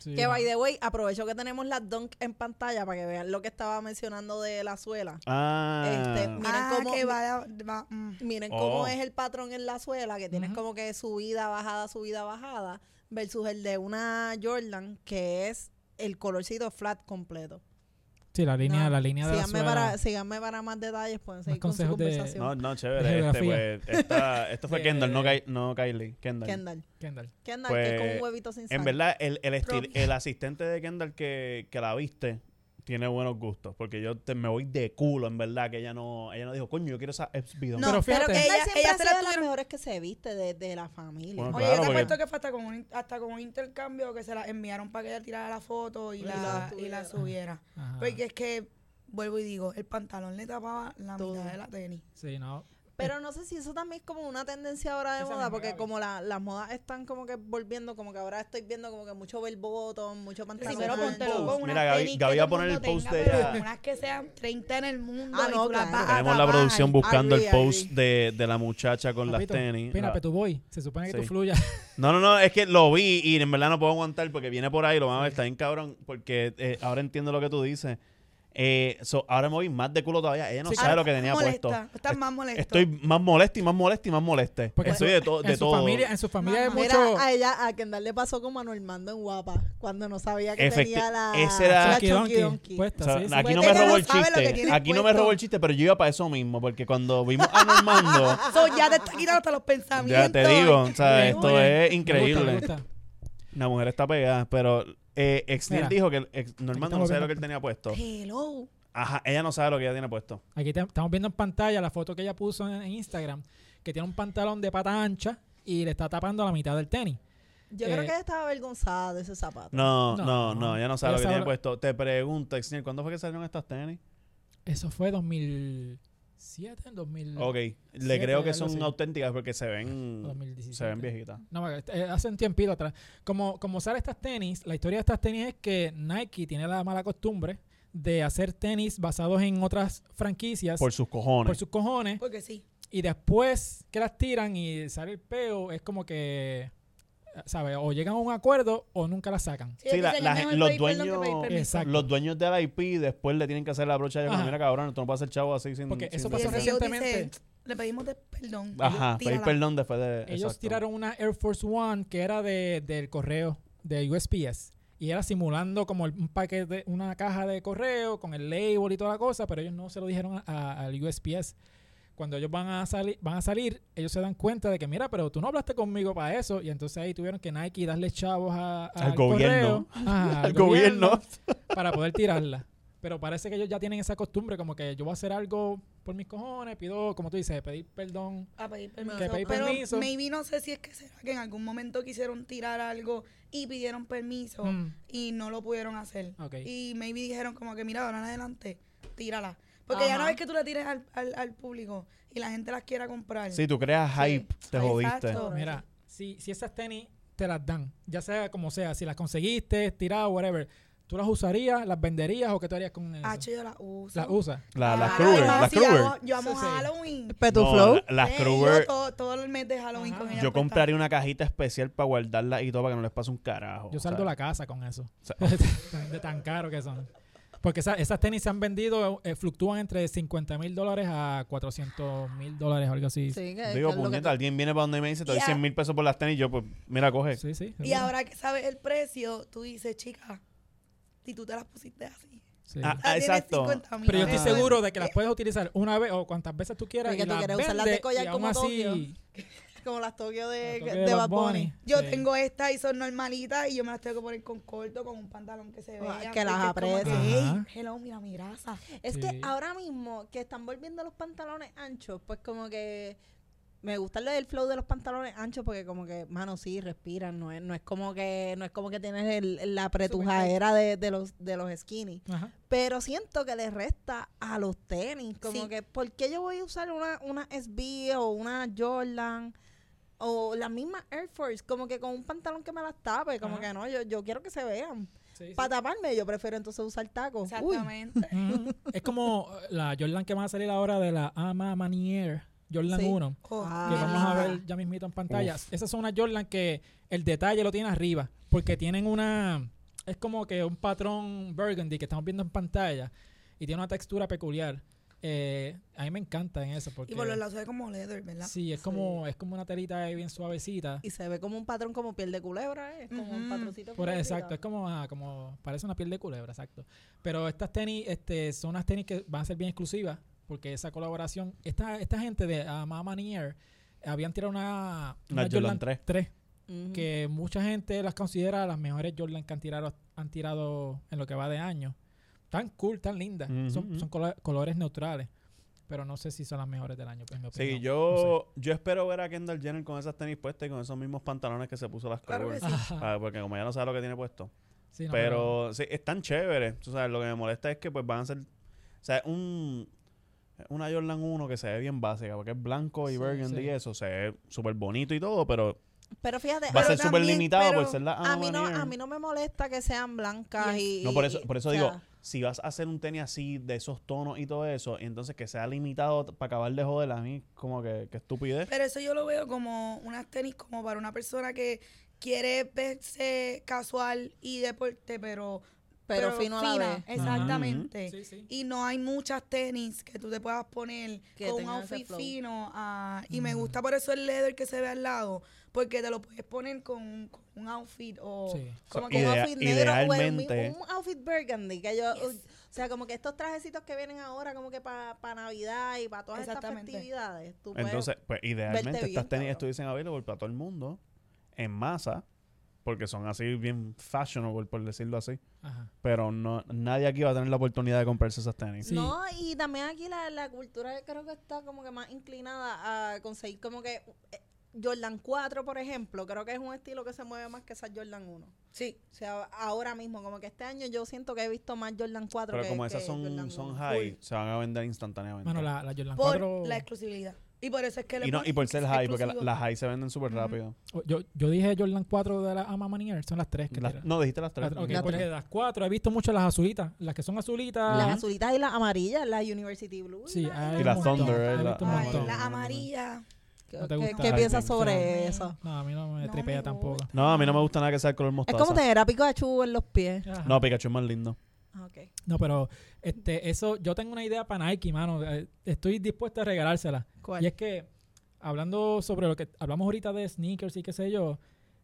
Speaker 1: Sí.
Speaker 3: Que by the way, aprovecho que tenemos las dunk en pantalla para que vean lo que estaba mencionando de la suela.
Speaker 2: Ah.
Speaker 3: Este, Miren
Speaker 4: ah,
Speaker 3: cómo-
Speaker 4: que va, va, mm.
Speaker 3: Miren
Speaker 2: Oh.
Speaker 3: cómo es el patrón en la suela, que tienes
Speaker 1: Ujú.
Speaker 3: como que subida, bajada, subida, bajada, versus el de una Jordan, que es el colorcito flat completo.
Speaker 1: Sí, la línea,
Speaker 3: Nada.
Speaker 1: la línea de la
Speaker 3: Síganme
Speaker 1: suela.
Speaker 3: para, síganme para más detalles, pueden seguir con su
Speaker 1: consejos de-
Speaker 3: conversación.
Speaker 2: no, no, chévere. Este,
Speaker 1: Geografía.
Speaker 2: pues, esta, esto fue
Speaker 1: Eh,
Speaker 2: Kendall, no, Ky- no Kylie. Kendall.
Speaker 3: Kendall.
Speaker 1: Kendall.
Speaker 3: Kendall, que
Speaker 2: Pues,
Speaker 3: es como un huevito sin sal.
Speaker 2: En verdad, el, el, estil-
Speaker 3: Propio.
Speaker 2: el asistente de Kendall que, que la viste tiene buenos gustos. Porque yo te- me voy de culo, en verdad, que ella no, ella no dijo, coño, yo quiero esa Eps Bidon.
Speaker 1: Pero
Speaker 3: No, pero,
Speaker 1: fíjate-
Speaker 3: que ella,
Speaker 4: Kendall siempre
Speaker 3: ella
Speaker 4: ha
Speaker 3: se
Speaker 4: sido
Speaker 3: la
Speaker 4: de las
Speaker 3: las mejores que se viste de, de la familia.
Speaker 2: Bueno, Claro,
Speaker 4: Oye, yo te
Speaker 2: porque-
Speaker 4: apuesto que fue hasta con un, hasta con un intercambio que se la enviaron para que ella tirara la foto y,
Speaker 3: Y
Speaker 4: la,
Speaker 3: la
Speaker 4: y la
Speaker 3: subiera.
Speaker 4: subiera.
Speaker 1: Ajá.
Speaker 4: Porque es que, vuelvo y digo, el pantalón le tapaba la
Speaker 3: Todo.
Speaker 4: mitad de la tenis.
Speaker 1: Sí, no.
Speaker 3: Pero no sé si eso también es como una tendencia ahora de
Speaker 1: Esa
Speaker 3: moda,
Speaker 1: misma,
Speaker 3: porque
Speaker 1: Gaby.
Speaker 3: como la- las modas están como que volviendo, como que ahora estoy viendo como que mucho bell bottom, mucho pantalón.
Speaker 4: Primero
Speaker 3: ancho.
Speaker 4: póntelo con unas
Speaker 2: Mira, Gaby-
Speaker 4: tenis que
Speaker 2: Gaby va a
Speaker 4: todo
Speaker 2: poner el
Speaker 4: mundo
Speaker 2: post
Speaker 4: tenga,
Speaker 2: de
Speaker 4: pero
Speaker 2: ella.
Speaker 4: Unas que sean 30 en el mundo.
Speaker 3: Ah,
Speaker 4: y
Speaker 3: no,
Speaker 4: tú las
Speaker 3: claro.
Speaker 4: vas a
Speaker 2: Tenemos la
Speaker 4: tapar.
Speaker 2: producción buscando el
Speaker 3: agree,
Speaker 2: post de, de la muchacha con las
Speaker 1: Papito,
Speaker 2: tenis.
Speaker 1: Espera,
Speaker 2: La-
Speaker 1: pero tú voy. Se supone que tú
Speaker 2: Sí.
Speaker 1: fluyas. <laughs>
Speaker 2: No, no, no, es que lo vi y en verdad no puedo aguantar porque viene por ahí, lo van a ver, está bien cabrón, porque eh, ahora entiendo lo que tú dices. Eh, so, ahora me voy más de culo todavía, ella no
Speaker 1: Sí,
Speaker 2: sabe
Speaker 4: Ahora
Speaker 2: lo que tenía
Speaker 4: Ah, molesta,
Speaker 2: puesto.
Speaker 4: Estás más molesto.
Speaker 2: Estoy más molesto y más molesto y más molesta.
Speaker 1: Porque
Speaker 2: Estoy
Speaker 1: su-
Speaker 2: de, to- de
Speaker 1: en su
Speaker 2: todo.
Speaker 1: Familia, en su familia es
Speaker 4: Mamá.
Speaker 3: Mira,
Speaker 1: mucho.
Speaker 3: a ella, a Kendall le pasó como a Normando en Guapa, cuando no sabía que
Speaker 2: Efecti-
Speaker 3: tenía la,
Speaker 2: ese era-
Speaker 3: la
Speaker 1: Chucky
Speaker 3: chonky
Speaker 1: Donkey pues.
Speaker 3: donkey.
Speaker 2: O
Speaker 1: puesta,
Speaker 2: sea,
Speaker 1: sí, sí.
Speaker 2: aquí no
Speaker 4: Ella
Speaker 2: me
Speaker 4: no
Speaker 2: robó el
Speaker 4: sabe lo que
Speaker 2: chiste.
Speaker 4: tienes
Speaker 2: Aquí no me
Speaker 4: puesto.
Speaker 2: robó el chiste, pero yo iba para eso mismo, porque cuando vimos
Speaker 4: <laughs>
Speaker 2: a Normando,
Speaker 4: So, ya te está quitando hasta los pensamientos.
Speaker 2: ya te digo, o sea,
Speaker 1: Muy
Speaker 2: esto
Speaker 1: bien.
Speaker 2: es
Speaker 1: Me gusta,
Speaker 2: increíble.
Speaker 1: me gusta.
Speaker 2: La mujer está pegada, pero eh, Exniel
Speaker 1: Mira.
Speaker 2: dijo que ex- Normando no
Speaker 1: estamos
Speaker 2: sabe
Speaker 1: viendo-
Speaker 2: lo que él tenía puesto.
Speaker 4: Hello.
Speaker 2: Ajá, ella no sabe lo que ella tiene puesto.
Speaker 1: Aquí te- estamos viendo en pantalla la foto que ella puso en, en Instagram, que tiene un pantalón de pata ancha y le está tapando la mitad del tenis.
Speaker 3: Yo creo
Speaker 1: Eh,
Speaker 3: que ella estaba avergonzada de ese zapato.
Speaker 2: No,
Speaker 1: No,
Speaker 2: no,
Speaker 1: no.
Speaker 2: no, ya no sabe
Speaker 1: Ya
Speaker 2: lo que
Speaker 1: sabe
Speaker 2: tiene
Speaker 1: lo-
Speaker 2: puesto. Te pregunto, Exniel, ¿cuándo fue que salieron estas tenis?
Speaker 1: Eso fue 2007, 2000,
Speaker 2: Ok, le
Speaker 1: Siete,
Speaker 2: creo que
Speaker 1: algo
Speaker 2: son
Speaker 1: así.
Speaker 2: auténticas porque se ven,
Speaker 1: 2017.
Speaker 2: se ven viejitas.
Speaker 1: No, me acuerdo, eh, hace un tiempito atrás. Como, como sale estas tenis, la historia de estas tenis es que Nike tiene la mala costumbre de hacer tenis basados en otras franquicias
Speaker 2: Por sus cojones.
Speaker 1: por sus cojones
Speaker 4: Porque sí.
Speaker 1: y después que las tiran y sale el peo, es como que, ¿sabes? O llegan a un acuerdo o nunca las sacan.
Speaker 2: Sí, la- la- los dueños-
Speaker 1: Exacto.
Speaker 2: Los dueños de la IP después le tienen que hacer la brocha de
Speaker 1: Ajá.
Speaker 2: mira cabrón, tú no puedes hacer chavo así sin...
Speaker 1: Porque
Speaker 2: sin-
Speaker 1: eso
Speaker 4: Pasó
Speaker 1: pasó
Speaker 4: recientemente.
Speaker 1: recientemente.
Speaker 4: Le pedimos de- perdón.
Speaker 2: Ajá,
Speaker 4: Tírala.
Speaker 2: pedir perdón después de...
Speaker 1: Ellos
Speaker 2: exacto.
Speaker 1: tiraron una Air Force One que era de, del correo, de USPS. Y era simulando como el- un paquete, una caja de correo con el label y toda la cosa, pero ellos no se lo dijeron a- a- al USPS. Cuando ellos van a, salir van a salir, ellos se dan cuenta de que, mira, pero tú no hablaste conmigo para eso. Y entonces ahí tuvieron que Nike darle chavos a- a-
Speaker 2: Al gobierno.
Speaker 1: correo.
Speaker 2: <laughs>
Speaker 1: Ajá,
Speaker 2: Al gobierno.
Speaker 1: para poder tirarla. Pero parece que ellos ya tienen esa costumbre, como que yo voy a hacer algo por mis cojones, pido, como tú dices, pedir perdón.
Speaker 4: A pedir Ah, permiso.
Speaker 1: Que pedí
Speaker 4: pero
Speaker 1: permiso.
Speaker 4: maybe no sé si es que será que en algún momento quisieron tirar algo y pidieron permiso
Speaker 1: Mm.
Speaker 4: y no lo pudieron hacer.
Speaker 1: Ok.
Speaker 4: Y maybe dijeron como que mira, de ahora en adelante, tírala. Porque ya
Speaker 3: Ajá.
Speaker 4: no es que tú la tires al, al, al público y la gente las quiera comprar.
Speaker 2: Sí, tú creas hype, te
Speaker 4: Exacto.
Speaker 2: jodiste.
Speaker 4: Por
Speaker 1: Mira, si, si esas tenis te las dan, ya sea como sea, si las conseguiste, tiradas, whatever, ¿tú las usarías, las venderías o qué tú harías con eso?
Speaker 4: Ah, yo las uso.
Speaker 1: las usas.
Speaker 2: La- las
Speaker 4: Ah,
Speaker 2: Kruger,
Speaker 4: no,
Speaker 2: las
Speaker 4: sí,
Speaker 2: Kruger.
Speaker 4: amo- Yo amo
Speaker 1: Sí, sí.
Speaker 4: Halloween.
Speaker 2: No,
Speaker 3: Petuflow.
Speaker 2: la- las
Speaker 4: Sí,
Speaker 2: Kruger...
Speaker 4: Yo todo, todo el mes de Halloween
Speaker 1: Ajá.
Speaker 4: con
Speaker 1: Yo
Speaker 4: ella.
Speaker 2: Yo compraría una cajita especial para guardarla y todo para que no les pase un carajo.
Speaker 1: Yo salgo
Speaker 2: Oh, o sea,
Speaker 1: la casa con eso.
Speaker 2: o sea,
Speaker 1: <laughs>
Speaker 2: oh.
Speaker 1: de tan caro que son. Porque esa- esas tenis se han vendido, eh, fluctúan entre 50 mil dólares a 400 mil dólares o algo así. Sí,
Speaker 3: Sí, que-
Speaker 4: Eh,
Speaker 3: que
Speaker 2: Digo,
Speaker 3: es lo que
Speaker 2: puñeta, alguien viene para donde me dice, te doy
Speaker 4: Ya.
Speaker 2: 100 mil pesos por las tenis. Yo, pues, mira, coge.
Speaker 1: sí.
Speaker 4: Y
Speaker 1: seguro.
Speaker 4: ahora que sabes el precio, tú dices, chica, si tú te las pusiste así.
Speaker 1: Sí.
Speaker 2: Ah,
Speaker 4: Ah, tienes
Speaker 2: exacto.
Speaker 4: 50.000
Speaker 1: Pero yo
Speaker 2: Ah.
Speaker 1: estoy seguro de que las puedes utilizar una vez o cuantas veces tú quieras.
Speaker 3: eh, Porque
Speaker 1: y
Speaker 3: tú
Speaker 1: las
Speaker 3: quieres usarlas de
Speaker 1: vendes
Speaker 3: collar
Speaker 1: y aún
Speaker 3: como Tokio.
Speaker 1: así,
Speaker 3: como las Tokio de,
Speaker 1: Tokio
Speaker 3: de Bad Bunny.
Speaker 4: Yo
Speaker 1: Sí.
Speaker 4: tengo estas y son normalitas y yo me las tengo que poner con corto, con un pantalón que se
Speaker 3: Ah,
Speaker 4: vea.
Speaker 3: que las
Speaker 4: porque es como
Speaker 1: aprecie.
Speaker 4: que,
Speaker 1: Ajá.
Speaker 4: "Hey, hello, mira mi grasa.
Speaker 3: Es
Speaker 1: Sí.
Speaker 3: que ahora mismo que están volviendo los pantalones anchos, pues como que me gusta el del flow de los pantalones anchos porque como que, mano, sí, respiran, no es, no es como que no es como que tienes el- la pretujadera de, de los de los skinny,
Speaker 1: Ajá.
Speaker 3: pero siento que le resta a los tenis, como
Speaker 4: Sí.
Speaker 3: que ¿por qué yo voy a usar una una SB o una Jordan? O la misma Air Force, como que con un pantalón que me las tape, como
Speaker 1: Ajá.
Speaker 3: que no, yo, yo quiero que se vean.
Speaker 1: Sí, sí.
Speaker 3: Para taparme, yo prefiero entonces usar tacos. Uy,
Speaker 4: Exactamente.
Speaker 3: <laughs>
Speaker 1: Mm, es como la Jordan que va a salir ahora de la Ama Manier, Jordan
Speaker 3: Sí.
Speaker 1: 1,
Speaker 4: Oh,
Speaker 3: Ah.
Speaker 1: que
Speaker 4: qué
Speaker 1: vamos a
Speaker 4: linda.
Speaker 1: ver ya mismito en pantalla. Esas son unas Jordan que el detalle lo tiene arriba, porque tienen una, es como que un patrón burgundy que estamos viendo en pantalla y tiene una textura peculiar. Eh, a mí me encanta en eso porque
Speaker 4: Y por los lados se ve como leather, ¿verdad?
Speaker 1: sí, es como es como una telita ahí bien suavecita.
Speaker 3: y se ve como un patrón como piel de culebra, ¿eh? es como un
Speaker 4: Ujú.
Speaker 3: patroncito.
Speaker 1: Por
Speaker 3: como
Speaker 1: exacto, es
Speaker 3: arriba.
Speaker 1: como, ah, como parece una piel de culebra, exacto. Pero estas tenis este, son unas tenis que van a ser bien exclusivas porque esa colaboración, esta, esta gente de ah, Mama Near habían tirado una,
Speaker 2: Una Jordan 3.
Speaker 3: Ujú.
Speaker 1: que mucha gente las considera las mejores Jordan que han tirado, han tirado en lo que va de año. Tan cool, tan lindas.
Speaker 2: Ujú,
Speaker 1: son
Speaker 2: ujú.
Speaker 1: son colo- colores neutrales, pero no sé si son las mejores del año. Pues, en mi
Speaker 2: Sí,
Speaker 1: opinión. No sé.
Speaker 2: yo, yo espero ver a Kendall Jenner con esas tenis puestas y con esos mismos pantalones que se puso las
Speaker 4: Claro
Speaker 2: Cover.
Speaker 4: que sí.
Speaker 1: <laughs> Ajá.
Speaker 2: Ah, porque como ya no sabe lo que tiene puesto.
Speaker 1: Sí, no,
Speaker 2: pero sí, están chéveres. Tú sabes, lo que me molesta es que pues van a ser... O sea, un, una Jordan 1 que se ve bien básica, porque es blanco y
Speaker 1: Sí,
Speaker 2: burgundy
Speaker 1: sí.
Speaker 2: y eso. Se ve súper bonito y todo, pero
Speaker 3: Pero fíjate,
Speaker 2: va a
Speaker 3: a,
Speaker 2: ser súper
Speaker 4: también,
Speaker 2: limitado por
Speaker 4: pero
Speaker 2: ser la
Speaker 3: a mí no,
Speaker 2: Avenir.
Speaker 3: a mí no me molesta que sean blancas y...
Speaker 2: No, por eso,
Speaker 3: y-
Speaker 2: por eso
Speaker 3: o sea,
Speaker 2: digo, si vas a hacer un tenis así, de esos tonos y todo eso, y entonces que sea limitado para acabar de joder a mí, como que, que estupidez.
Speaker 4: Pero eso yo lo veo como unas tenis como para una persona que quiere verse casual y deporte, pero...
Speaker 3: Pero fino a la vez.
Speaker 4: Exactamente.
Speaker 1: Sí, sí.
Speaker 4: Y no hay muchas tenis que tú te puedas poner
Speaker 3: Que
Speaker 4: con un
Speaker 3: tengan ese
Speaker 4: outfit
Speaker 3: flow.
Speaker 4: fino. ah, y me
Speaker 1: Mm.
Speaker 4: gusta por eso el leather que se ve al lado, porque te lo puedes poner con un, con un outfit o...
Speaker 1: Sí.
Speaker 4: Como
Speaker 2: So,
Speaker 4: que
Speaker 3: un
Speaker 2: idea-
Speaker 3: outfit negro o el mi-
Speaker 2: idealmente-
Speaker 3: un, outfit burgundy que yo o sea como que estos trajecitos que vienen ahora como que para navidad y para todas estas
Speaker 4: Exactamente.
Speaker 3: festividades tú puedes-
Speaker 2: Entonces, pues idealmente
Speaker 3: verte
Speaker 2: estas
Speaker 3: bien,
Speaker 2: tenis
Speaker 3: cabrón.
Speaker 2: estuviesen available para todo el mundo, en masa, porque son así bien fashionable, por decirlo así.
Speaker 1: Ajá.
Speaker 2: Pero no, nadie aquí va a tener la oportunidad de comprarse esas tenis.
Speaker 1: Sí.
Speaker 3: no y también aquí la, la cultura creo que está como que más inclinada a conseguir como que eh, Jordan 4 por ejemplo creo que es un estilo que se mueve más que esa Jordan 1
Speaker 4: Sí.
Speaker 3: o sea ahora mismo como que este año yo siento que he visto más Jordan 4
Speaker 2: Pero
Speaker 3: que-
Speaker 2: como
Speaker 3: que
Speaker 2: esas son,
Speaker 3: Jordan
Speaker 2: son
Speaker 3: 1.
Speaker 2: high, se van a vender instantáneamente.
Speaker 1: Bueno, la, la Jordan
Speaker 4: Por
Speaker 1: 4.
Speaker 4: la exclusividad. Y por eso es que le
Speaker 2: y, no,
Speaker 4: ponen
Speaker 2: y por ser high, porque la-
Speaker 4: exclusivo.
Speaker 2: las high se venden súper
Speaker 4: Ujú.
Speaker 2: rápido.
Speaker 1: Oh, Yo, yo dije Jordan 4 de la Ama Manier, son las tres que
Speaker 2: Las-
Speaker 1: tira.
Speaker 2: no, dijiste las
Speaker 1: Las-
Speaker 2: tres.
Speaker 1: Ah, ok,
Speaker 2: Las
Speaker 1: porque
Speaker 2: tres.
Speaker 1: de las cuatro he visto mucho las azulitas, las que son azulitas.
Speaker 3: las azulitas y las amarillas las University Blue
Speaker 1: Sí, hay
Speaker 2: Y
Speaker 1: un
Speaker 2: las
Speaker 1: montón,
Speaker 2: Thunder,
Speaker 1: he
Speaker 2: eh, la-
Speaker 1: visto un
Speaker 4: Ay,
Speaker 1: montón.
Speaker 2: no, no, no,
Speaker 4: la
Speaker 2: no.
Speaker 4: amarilla.
Speaker 3: ¿Qué,
Speaker 1: ¿No te
Speaker 3: qué-
Speaker 1: gusta?
Speaker 3: qué
Speaker 2: Ay,
Speaker 3: piensas
Speaker 2: me
Speaker 3: sobre
Speaker 4: encanta.
Speaker 3: eso?
Speaker 1: No, a mí no me
Speaker 4: No me
Speaker 1: tripea
Speaker 4: gusta.
Speaker 1: tampoco.
Speaker 2: No, a mí no me gusta nada que sea el color mostaza.
Speaker 3: Es como tener a Pikachu en los pies. Ah,
Speaker 1: Ajá.
Speaker 2: No, Pikachu es más lindo.
Speaker 1: No, pero este, eso, yo tengo una idea para Nike, mano. eh, Estoy dispuesto a regalársela. Y es que, hablando sobre lo que hablamos ahorita de sneakers y qué sé yo,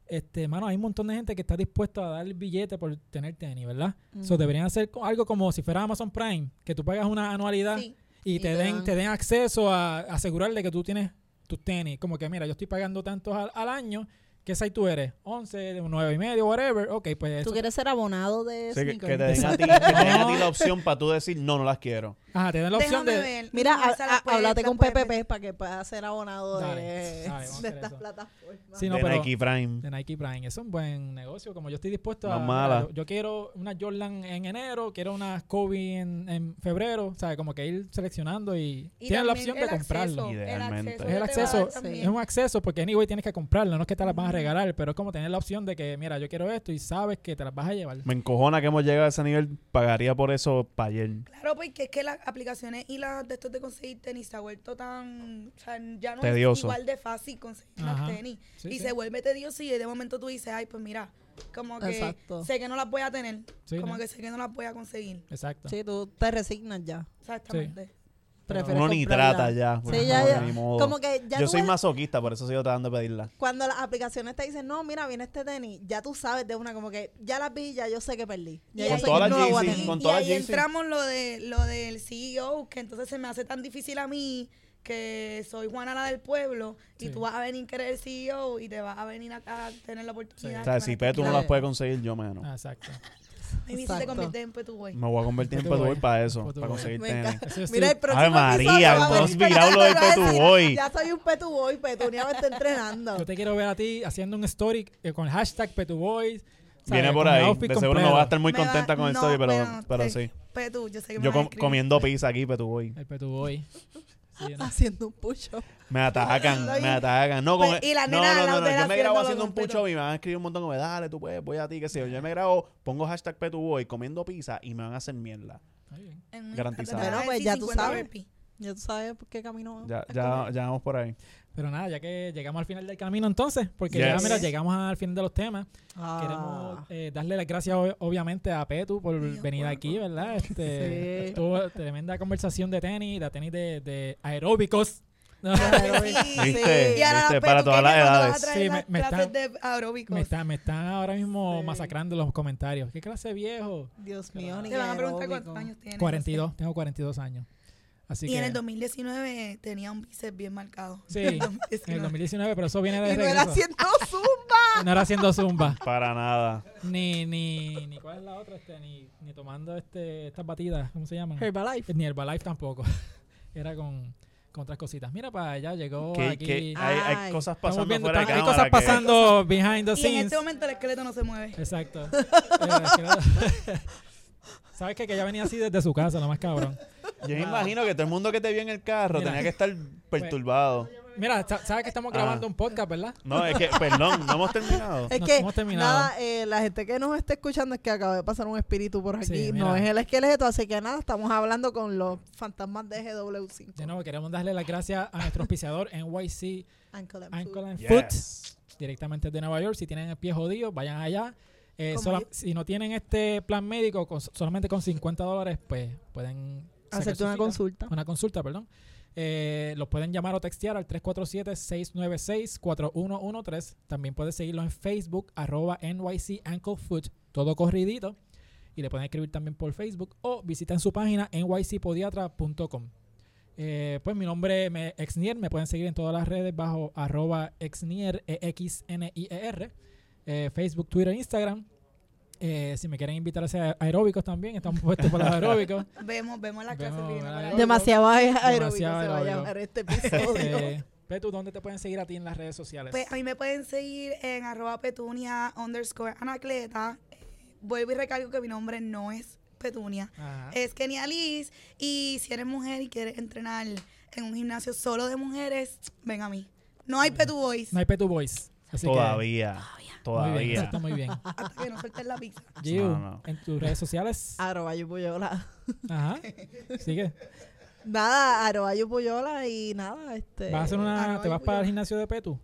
Speaker 1: este, mano, hay un montón de gente que está dispuesta a dar el billete por tener tenis, ¿verdad?
Speaker 3: Mm.
Speaker 1: So, deberían hacer co- algo como si fuera Amazon Prime, que tú pagas una anualidad
Speaker 4: Sí.
Speaker 1: y,
Speaker 3: Y
Speaker 1: te,
Speaker 3: te
Speaker 1: den,
Speaker 3: dan.
Speaker 1: te den acceso a asegurarle que tú tienes tus tenis. Como que, mira, yo estoy pagando tantos al, al año, ¿qué size tú eres? 11, 9 y medio, whatever. Ok, pues
Speaker 3: ¿Tú
Speaker 1: eso.
Speaker 3: quieres ser abonado de
Speaker 2: O sea, que,
Speaker 3: sneakers?
Speaker 2: que te
Speaker 3: <laughs>
Speaker 2: den a ti, que te den a ti la opción para tú decir, no, no las quiero.
Speaker 1: Ajá, te dan la opción
Speaker 4: Déjame
Speaker 1: de...
Speaker 4: ver.
Speaker 3: Mira,
Speaker 4: No,
Speaker 3: ha-
Speaker 4: esa la
Speaker 3: ha-
Speaker 4: puedes-
Speaker 3: háblate
Speaker 4: la
Speaker 3: con
Speaker 4: puedes ver.
Speaker 3: PPP para que puedas ser abonado <laughs>
Speaker 1: Dale,
Speaker 3: de,
Speaker 1: dale, vamos a
Speaker 3: de
Speaker 1: hacer
Speaker 3: estas
Speaker 1: eso.
Speaker 3: plataformas.
Speaker 1: Sí, no,
Speaker 2: de
Speaker 1: pero-
Speaker 2: Nike Prime.
Speaker 1: De Nike Prime. Eso es un buen negocio. Como yo estoy dispuesto
Speaker 2: No
Speaker 1: a.
Speaker 2: es
Speaker 1: mira,
Speaker 2: mala.
Speaker 1: Yo, yo quiero una Jordan en enero, quiero una Kobe en, en febrero. O sea, como que ir seleccionando y.
Speaker 4: Y
Speaker 1: tienes la
Speaker 4: también
Speaker 1: opción de
Speaker 4: el
Speaker 1: comprarlo.
Speaker 4: acceso, el
Speaker 2: Idealmente.
Speaker 4: acceso
Speaker 1: Es el
Speaker 4: que te va a dar
Speaker 1: acceso.
Speaker 4: también.
Speaker 1: Es un acceso porque, anyway, tienes que comprarlo. No es que te las van a regalar, pero es como tener la opción de que, mira, yo quiero esto y sabes que te las vas a llevar.
Speaker 2: Me encojona que hemos llegado a ese nivel. Pagaría por eso para ayer.
Speaker 4: Claro, porque es que las aplicaciones y las de estos de conseguir tenis se ha vuelto tan. O sea, ya no
Speaker 2: Tedioso.
Speaker 4: es igual de fácil conseguir
Speaker 1: Ajá.
Speaker 4: las tenis.
Speaker 1: Sí,
Speaker 4: y
Speaker 1: sí.
Speaker 4: se vuelve tedioso y de momento tú dices, ay, pues mira, como que
Speaker 3: Exacto.
Speaker 4: sé que no las voy a tener.
Speaker 1: Sí,
Speaker 4: como
Speaker 1: ¿no?
Speaker 4: que sé que no las voy a conseguir.
Speaker 1: Exacto.
Speaker 3: Sí, tú te resignas ya.
Speaker 4: Exactamente.
Speaker 1: Pero-
Speaker 3: Prefieres
Speaker 2: Uno ni
Speaker 3: comprarla.
Speaker 2: trata ya.
Speaker 3: Sí,
Speaker 2: porque
Speaker 3: ya,
Speaker 2: no,
Speaker 3: ya.
Speaker 2: ni modo.
Speaker 3: Como que ya
Speaker 2: Yo
Speaker 3: tú
Speaker 2: soy
Speaker 3: ves-
Speaker 2: masoquista, por eso sigo tratando de pedirla.
Speaker 3: Cuando las aplicaciones te dicen, no, mira, viene este tenis, ya tú sabes de una, como que ya las vi, ya yo sé que perdí. Ya
Speaker 4: Con
Speaker 3: yo sé
Speaker 2: todas
Speaker 3: que
Speaker 2: las
Speaker 3: no la voy a
Speaker 2: Yeezy,
Speaker 3: tener.
Speaker 2: con
Speaker 4: y
Speaker 2: todas
Speaker 4: ahí
Speaker 2: las Yeezy.
Speaker 4: entramos lo de lo del CEO, que entonces se me hace tan difícil a mí que soy Juana la del pueblo y
Speaker 1: Sí.
Speaker 4: tú vas a venir a querer CEO E y te vas a venir acá a tener la oportunidad.
Speaker 1: Sí.
Speaker 2: O
Speaker 4: de
Speaker 2: sea,
Speaker 4: ganar
Speaker 2: si
Speaker 4: este
Speaker 2: Petu no
Speaker 3: Ah, Claro.
Speaker 2: las puede conseguir, yo menos.
Speaker 1: Ah, Exacto.
Speaker 4: Ay, mi, si Pues te
Speaker 3: Exacto.
Speaker 4: conviertes en Petu, güey.
Speaker 2: Me voy a convertir en
Speaker 1: Petu
Speaker 2: Petu
Speaker 1: Boy.
Speaker 2: Boy para eso,
Speaker 1: Petu
Speaker 2: para
Speaker 1: Boy.
Speaker 2: conseguir
Speaker 3: Me
Speaker 2: tenis.
Speaker 3: encanta.
Speaker 1: Eso yo
Speaker 3: Mira, el
Speaker 1: estoy-
Speaker 3: próximo
Speaker 2: Ave María,
Speaker 3: episodio va a
Speaker 2: todos
Speaker 3: venir
Speaker 2: virados lo del
Speaker 3: Petu
Speaker 2: Petu Boy.
Speaker 3: Ya soy un petuboy, Petunia me está entrenando.
Speaker 1: yo te quiero ver a ti haciendo un story eh, con el hashtag PetuBoys. ¿sabes?
Speaker 2: Viene por
Speaker 1: Con el
Speaker 2: ahí. De
Speaker 1: outfit
Speaker 2: seguro no
Speaker 1: completo.
Speaker 2: va a estar muy
Speaker 4: Me va-
Speaker 2: contenta con el
Speaker 4: no,
Speaker 2: story, pero,
Speaker 4: bueno,
Speaker 2: pero
Speaker 4: sí.
Speaker 2: sí.
Speaker 4: Petu, yo sé que me
Speaker 2: Yo
Speaker 4: vas a
Speaker 2: com-
Speaker 4: escribir.
Speaker 2: comiendo pizza aquí, Petu Boy.
Speaker 1: El Petuboy.
Speaker 3: <laughs>
Speaker 1: Sí, no.
Speaker 3: haciendo un pucho.
Speaker 2: Me atacan, me atacan. No, con
Speaker 4: Pues, y la
Speaker 2: no,
Speaker 4: nena
Speaker 2: no,
Speaker 4: al
Speaker 2: no,
Speaker 4: lado
Speaker 2: no,
Speaker 4: de él
Speaker 2: Yo me grabo
Speaker 4: haciéndolo
Speaker 2: haciendo un
Speaker 4: completo.
Speaker 2: pucho y me van a escribir un montón como, dale, tú puedes, voy a ti, qué sé yo. Yo me grabo, pongo hashtag P2Boy comiendo pizza y me van a hacer mierda.
Speaker 1: Está bien.
Speaker 4: En un
Speaker 2: Garantizado.
Speaker 4: instante te
Speaker 3: Bueno,
Speaker 4: vas a
Speaker 3: pues,
Speaker 4: decir
Speaker 3: ya tú
Speaker 4: 50
Speaker 3: sabes.
Speaker 4: <laughs> burpees.
Speaker 3: Ya tú sabes por qué camino.
Speaker 2: Ya,
Speaker 3: vas con
Speaker 2: ya,
Speaker 3: él.
Speaker 2: ya vamos por ahí.
Speaker 1: Pero nada, ya que llegamos al final del camino entonces, porque ya
Speaker 2: Yes.
Speaker 1: mira, llegamos al fin de los temas.
Speaker 3: Ah.
Speaker 1: Queremos eh, darle las gracias ob- obviamente a Petu por venir aquí, ¿verdad? Este,
Speaker 3: Sí.
Speaker 1: Tuvo tremenda conversación de tenis, de tenis de, de aeróbicos. <laughs>
Speaker 3: Ah. <laughs>
Speaker 2: ¿Viste?
Speaker 4: Y ahora
Speaker 2: Viste, para todas las edades.
Speaker 1: Sí,
Speaker 4: Sí,
Speaker 1: me- me
Speaker 4: clases
Speaker 1: están-
Speaker 4: de aeróbicos.
Speaker 1: Me, está, me están ahora mismo
Speaker 3: Sí.
Speaker 1: masacrando los comentarios. ¿Qué clase de viejo?
Speaker 3: Dios mío, ni
Speaker 4: Te van a preguntar
Speaker 3: aeróbico.
Speaker 4: cuántos años tienes.
Speaker 1: 42, tengo 42 años. Así
Speaker 4: Y en
Speaker 1: que
Speaker 4: el 2019 tenía un bíceps bien marcado.
Speaker 1: Sí,
Speaker 4: <laughs> En
Speaker 1: en
Speaker 4: el
Speaker 1: el
Speaker 4: 2019.
Speaker 1: 2019, pero eso viene de
Speaker 3: Y no era
Speaker 1: regreso.
Speaker 3: haciendo zoom.
Speaker 1: <laughs> No era haciendo
Speaker 4: <laughs>
Speaker 1: zumba. <laughs>
Speaker 2: Para nada.
Speaker 1: Ni, ni, ni cuál es la otra, este, ni, ni tomando este, estas batidas, ¿cómo se llaman?
Speaker 3: Herbalife.
Speaker 1: Ni Herbalife tampoco. <laughs> Era con, con otras cositas. Mira para allá, llegó
Speaker 2: Que,
Speaker 1: aquí.
Speaker 2: que hay, hay
Speaker 3: Ay.
Speaker 2: cosas Ah, pasando
Speaker 1: Estamos viendo,
Speaker 2: fuera de
Speaker 1: están- hay
Speaker 2: cámara
Speaker 1: cosas
Speaker 2: que-
Speaker 1: pasando behind the
Speaker 4: Y en
Speaker 1: scenes.
Speaker 4: este momento el esqueleto no se mueve. <laughs>
Speaker 1: Exacto. Eh, <laughs> Sabes qué? que ya venía así desde su casa, lo más cabrón.
Speaker 2: Yo me imagino que todo el mundo que te vio en el carro
Speaker 1: Mira. Pues.
Speaker 2: tenía
Speaker 1: <laughs>
Speaker 2: que estar perturbado.
Speaker 1: Mira, sa- sabes que estamos grabando
Speaker 2: Ah.
Speaker 1: un podcast, ¿verdad?
Speaker 2: No, es que, perdón, no hemos terminado.
Speaker 3: Es
Speaker 1: No,
Speaker 3: que
Speaker 1: hemos terminado.
Speaker 3: nada, eh, la gente que nos está escuchando es que acaba de pasar un espíritu por aquí.
Speaker 1: Sí, mira.
Speaker 3: no es el esqueleto, así que nada, estamos hablando con los fantasmas de GW5.
Speaker 1: De nuevo, queremos darle las gracias a nuestro auspiciador <laughs> NYC
Speaker 3: Ankle and
Speaker 1: Ankle and Foot.
Speaker 2: Yes.
Speaker 1: directamente de Nueva York. Si tienen el pie jodido, vayan allá. Eh,
Speaker 4: Como
Speaker 1: sola-
Speaker 4: yo.
Speaker 1: si no tienen este plan médico, con- solamente con 50 dólares, pues pueden sacar
Speaker 3: Hacerte
Speaker 1: su
Speaker 3: una
Speaker 1: cita.
Speaker 3: consulta.
Speaker 1: Una consulta, perdón. Eh, los pueden llamar o textear al 347-696-4113. También pueden seguirlos en Facebook, arroba NYC Ankle Foot, todo corridito. Y le pueden escribir también por Facebook o visiten su página nycpodiatra.com. Eh, pues mi nombre es Exnier, me pueden seguir en todas las redes bajo arroba Exnier, E E-X-N-I-E-R, E eh, Facebook, Twitter, Instagram. Eh, si me quieren invitar a hacer aeróbicos también, estamos puestos para los aeróbicos.
Speaker 4: Vemos, vemos las
Speaker 1: Vemos,
Speaker 4: clases. que
Speaker 1: ¿verdad?
Speaker 4: vienen para-
Speaker 1: Aeróbico.
Speaker 3: Demasiado aeróbico
Speaker 1: Demasiado
Speaker 3: se va a
Speaker 1: aeróbico.
Speaker 3: llamar este
Speaker 1: <laughs>
Speaker 3: episodio.
Speaker 1: Eh, Petu, ¿dónde te pueden seguir a ti en las redes sociales?
Speaker 4: Pues a mí me pueden seguir en arroba petunia underscore anacleta. Vuelvo y recalco que mi nombre no es Petunia.
Speaker 1: Ajá.
Speaker 4: Es Kenia Liz. Y si eres mujer y quieres entrenar en un gimnasio solo de mujeres, ven a mí. No hay Petu Boys.
Speaker 1: No hay Petu Boys. Así que-
Speaker 2: Todavía.
Speaker 1: Muy bien, eso
Speaker 2: Todavía.
Speaker 1: está
Speaker 2: <laughs>
Speaker 1: muy bien.
Speaker 4: Hasta que no suelten la pizza.
Speaker 1: Giu,
Speaker 2: No, no.
Speaker 1: en tus redes sociales.
Speaker 3: Arroba Yupuyola.
Speaker 1: Ajá. Sigue.
Speaker 3: <laughs> Nada, arroba Yupuyola y nada, este.
Speaker 1: Vas a hacer una,
Speaker 4: Arroba
Speaker 1: te vas
Speaker 4: Giu.
Speaker 1: para el gimnasio de Petu.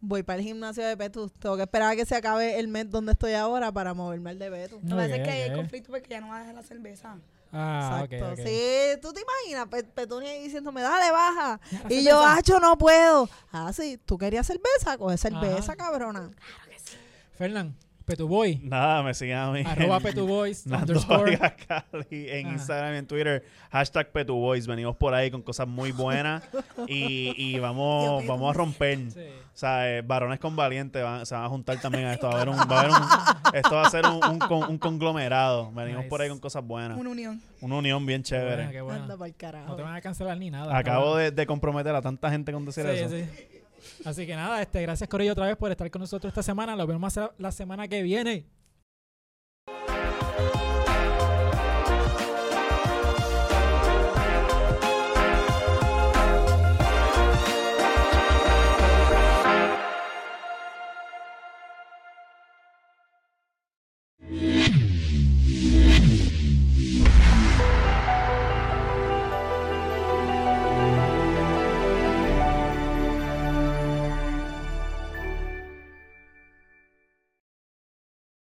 Speaker 3: Voy para el gimnasio de Petus. Tengo que esperar a que se acabe el mes donde estoy ahora para moverme al de Petus.
Speaker 4: Lo que pasa
Speaker 1: Ok,
Speaker 4: es que hay
Speaker 1: ok.
Speaker 4: conflicto porque ya no va a dejar la cerveza.
Speaker 1: Ah, ok,
Speaker 3: Exacto.
Speaker 1: ok.
Speaker 3: Sí, tú te imaginas, Pe- Petunia ahí diciéndome, dale,
Speaker 1: <laughs>
Speaker 3: baja.
Speaker 1: Mira,
Speaker 3: Y
Speaker 1: cerveza.
Speaker 3: yo, hacho, no puedo. Ah, sí, tú querías cerveza, coge cerveza,
Speaker 1: Ajá.
Speaker 3: cabrona.
Speaker 1: Fernán,
Speaker 2: <laughs>
Speaker 1: Petuboy.
Speaker 2: Nada, me sigan a mí.
Speaker 1: arroba
Speaker 2: en
Speaker 1: Petuboys.
Speaker 2: <laughs> Nando
Speaker 1: Underscore. Ah.
Speaker 2: Vargas Cali en
Speaker 1: Ajá.
Speaker 2: Instagram y en Twitter. Hashtag Petuboys. Venimos por ahí con cosas muy buenas. y, y vamos, vamos a romper.
Speaker 1: Sí.
Speaker 2: O sea, eh, varones con valientes van- se van a juntar también a esto. Va a haber un, va a
Speaker 1: <laughs>
Speaker 2: haber un- esto va a ser un, un con- un conglomerado. Venimos
Speaker 1: Nice.
Speaker 2: por ahí con cosas buenas.
Speaker 4: Una unión.
Speaker 2: Una unión bien
Speaker 1: Qué bueno,
Speaker 2: chévere.
Speaker 1: qué bueno.
Speaker 3: Anda para
Speaker 1: No
Speaker 3: carajo.
Speaker 1: te van a cancelar ni nada.
Speaker 2: Acabo
Speaker 1: cabrón.
Speaker 2: de, de comprometer a tanta gente con decir eso.
Speaker 1: Sí, sí. Así que nada, este, gracias Corillo otra vez por estar con nosotros esta semana. Lo vemos la semana que viene.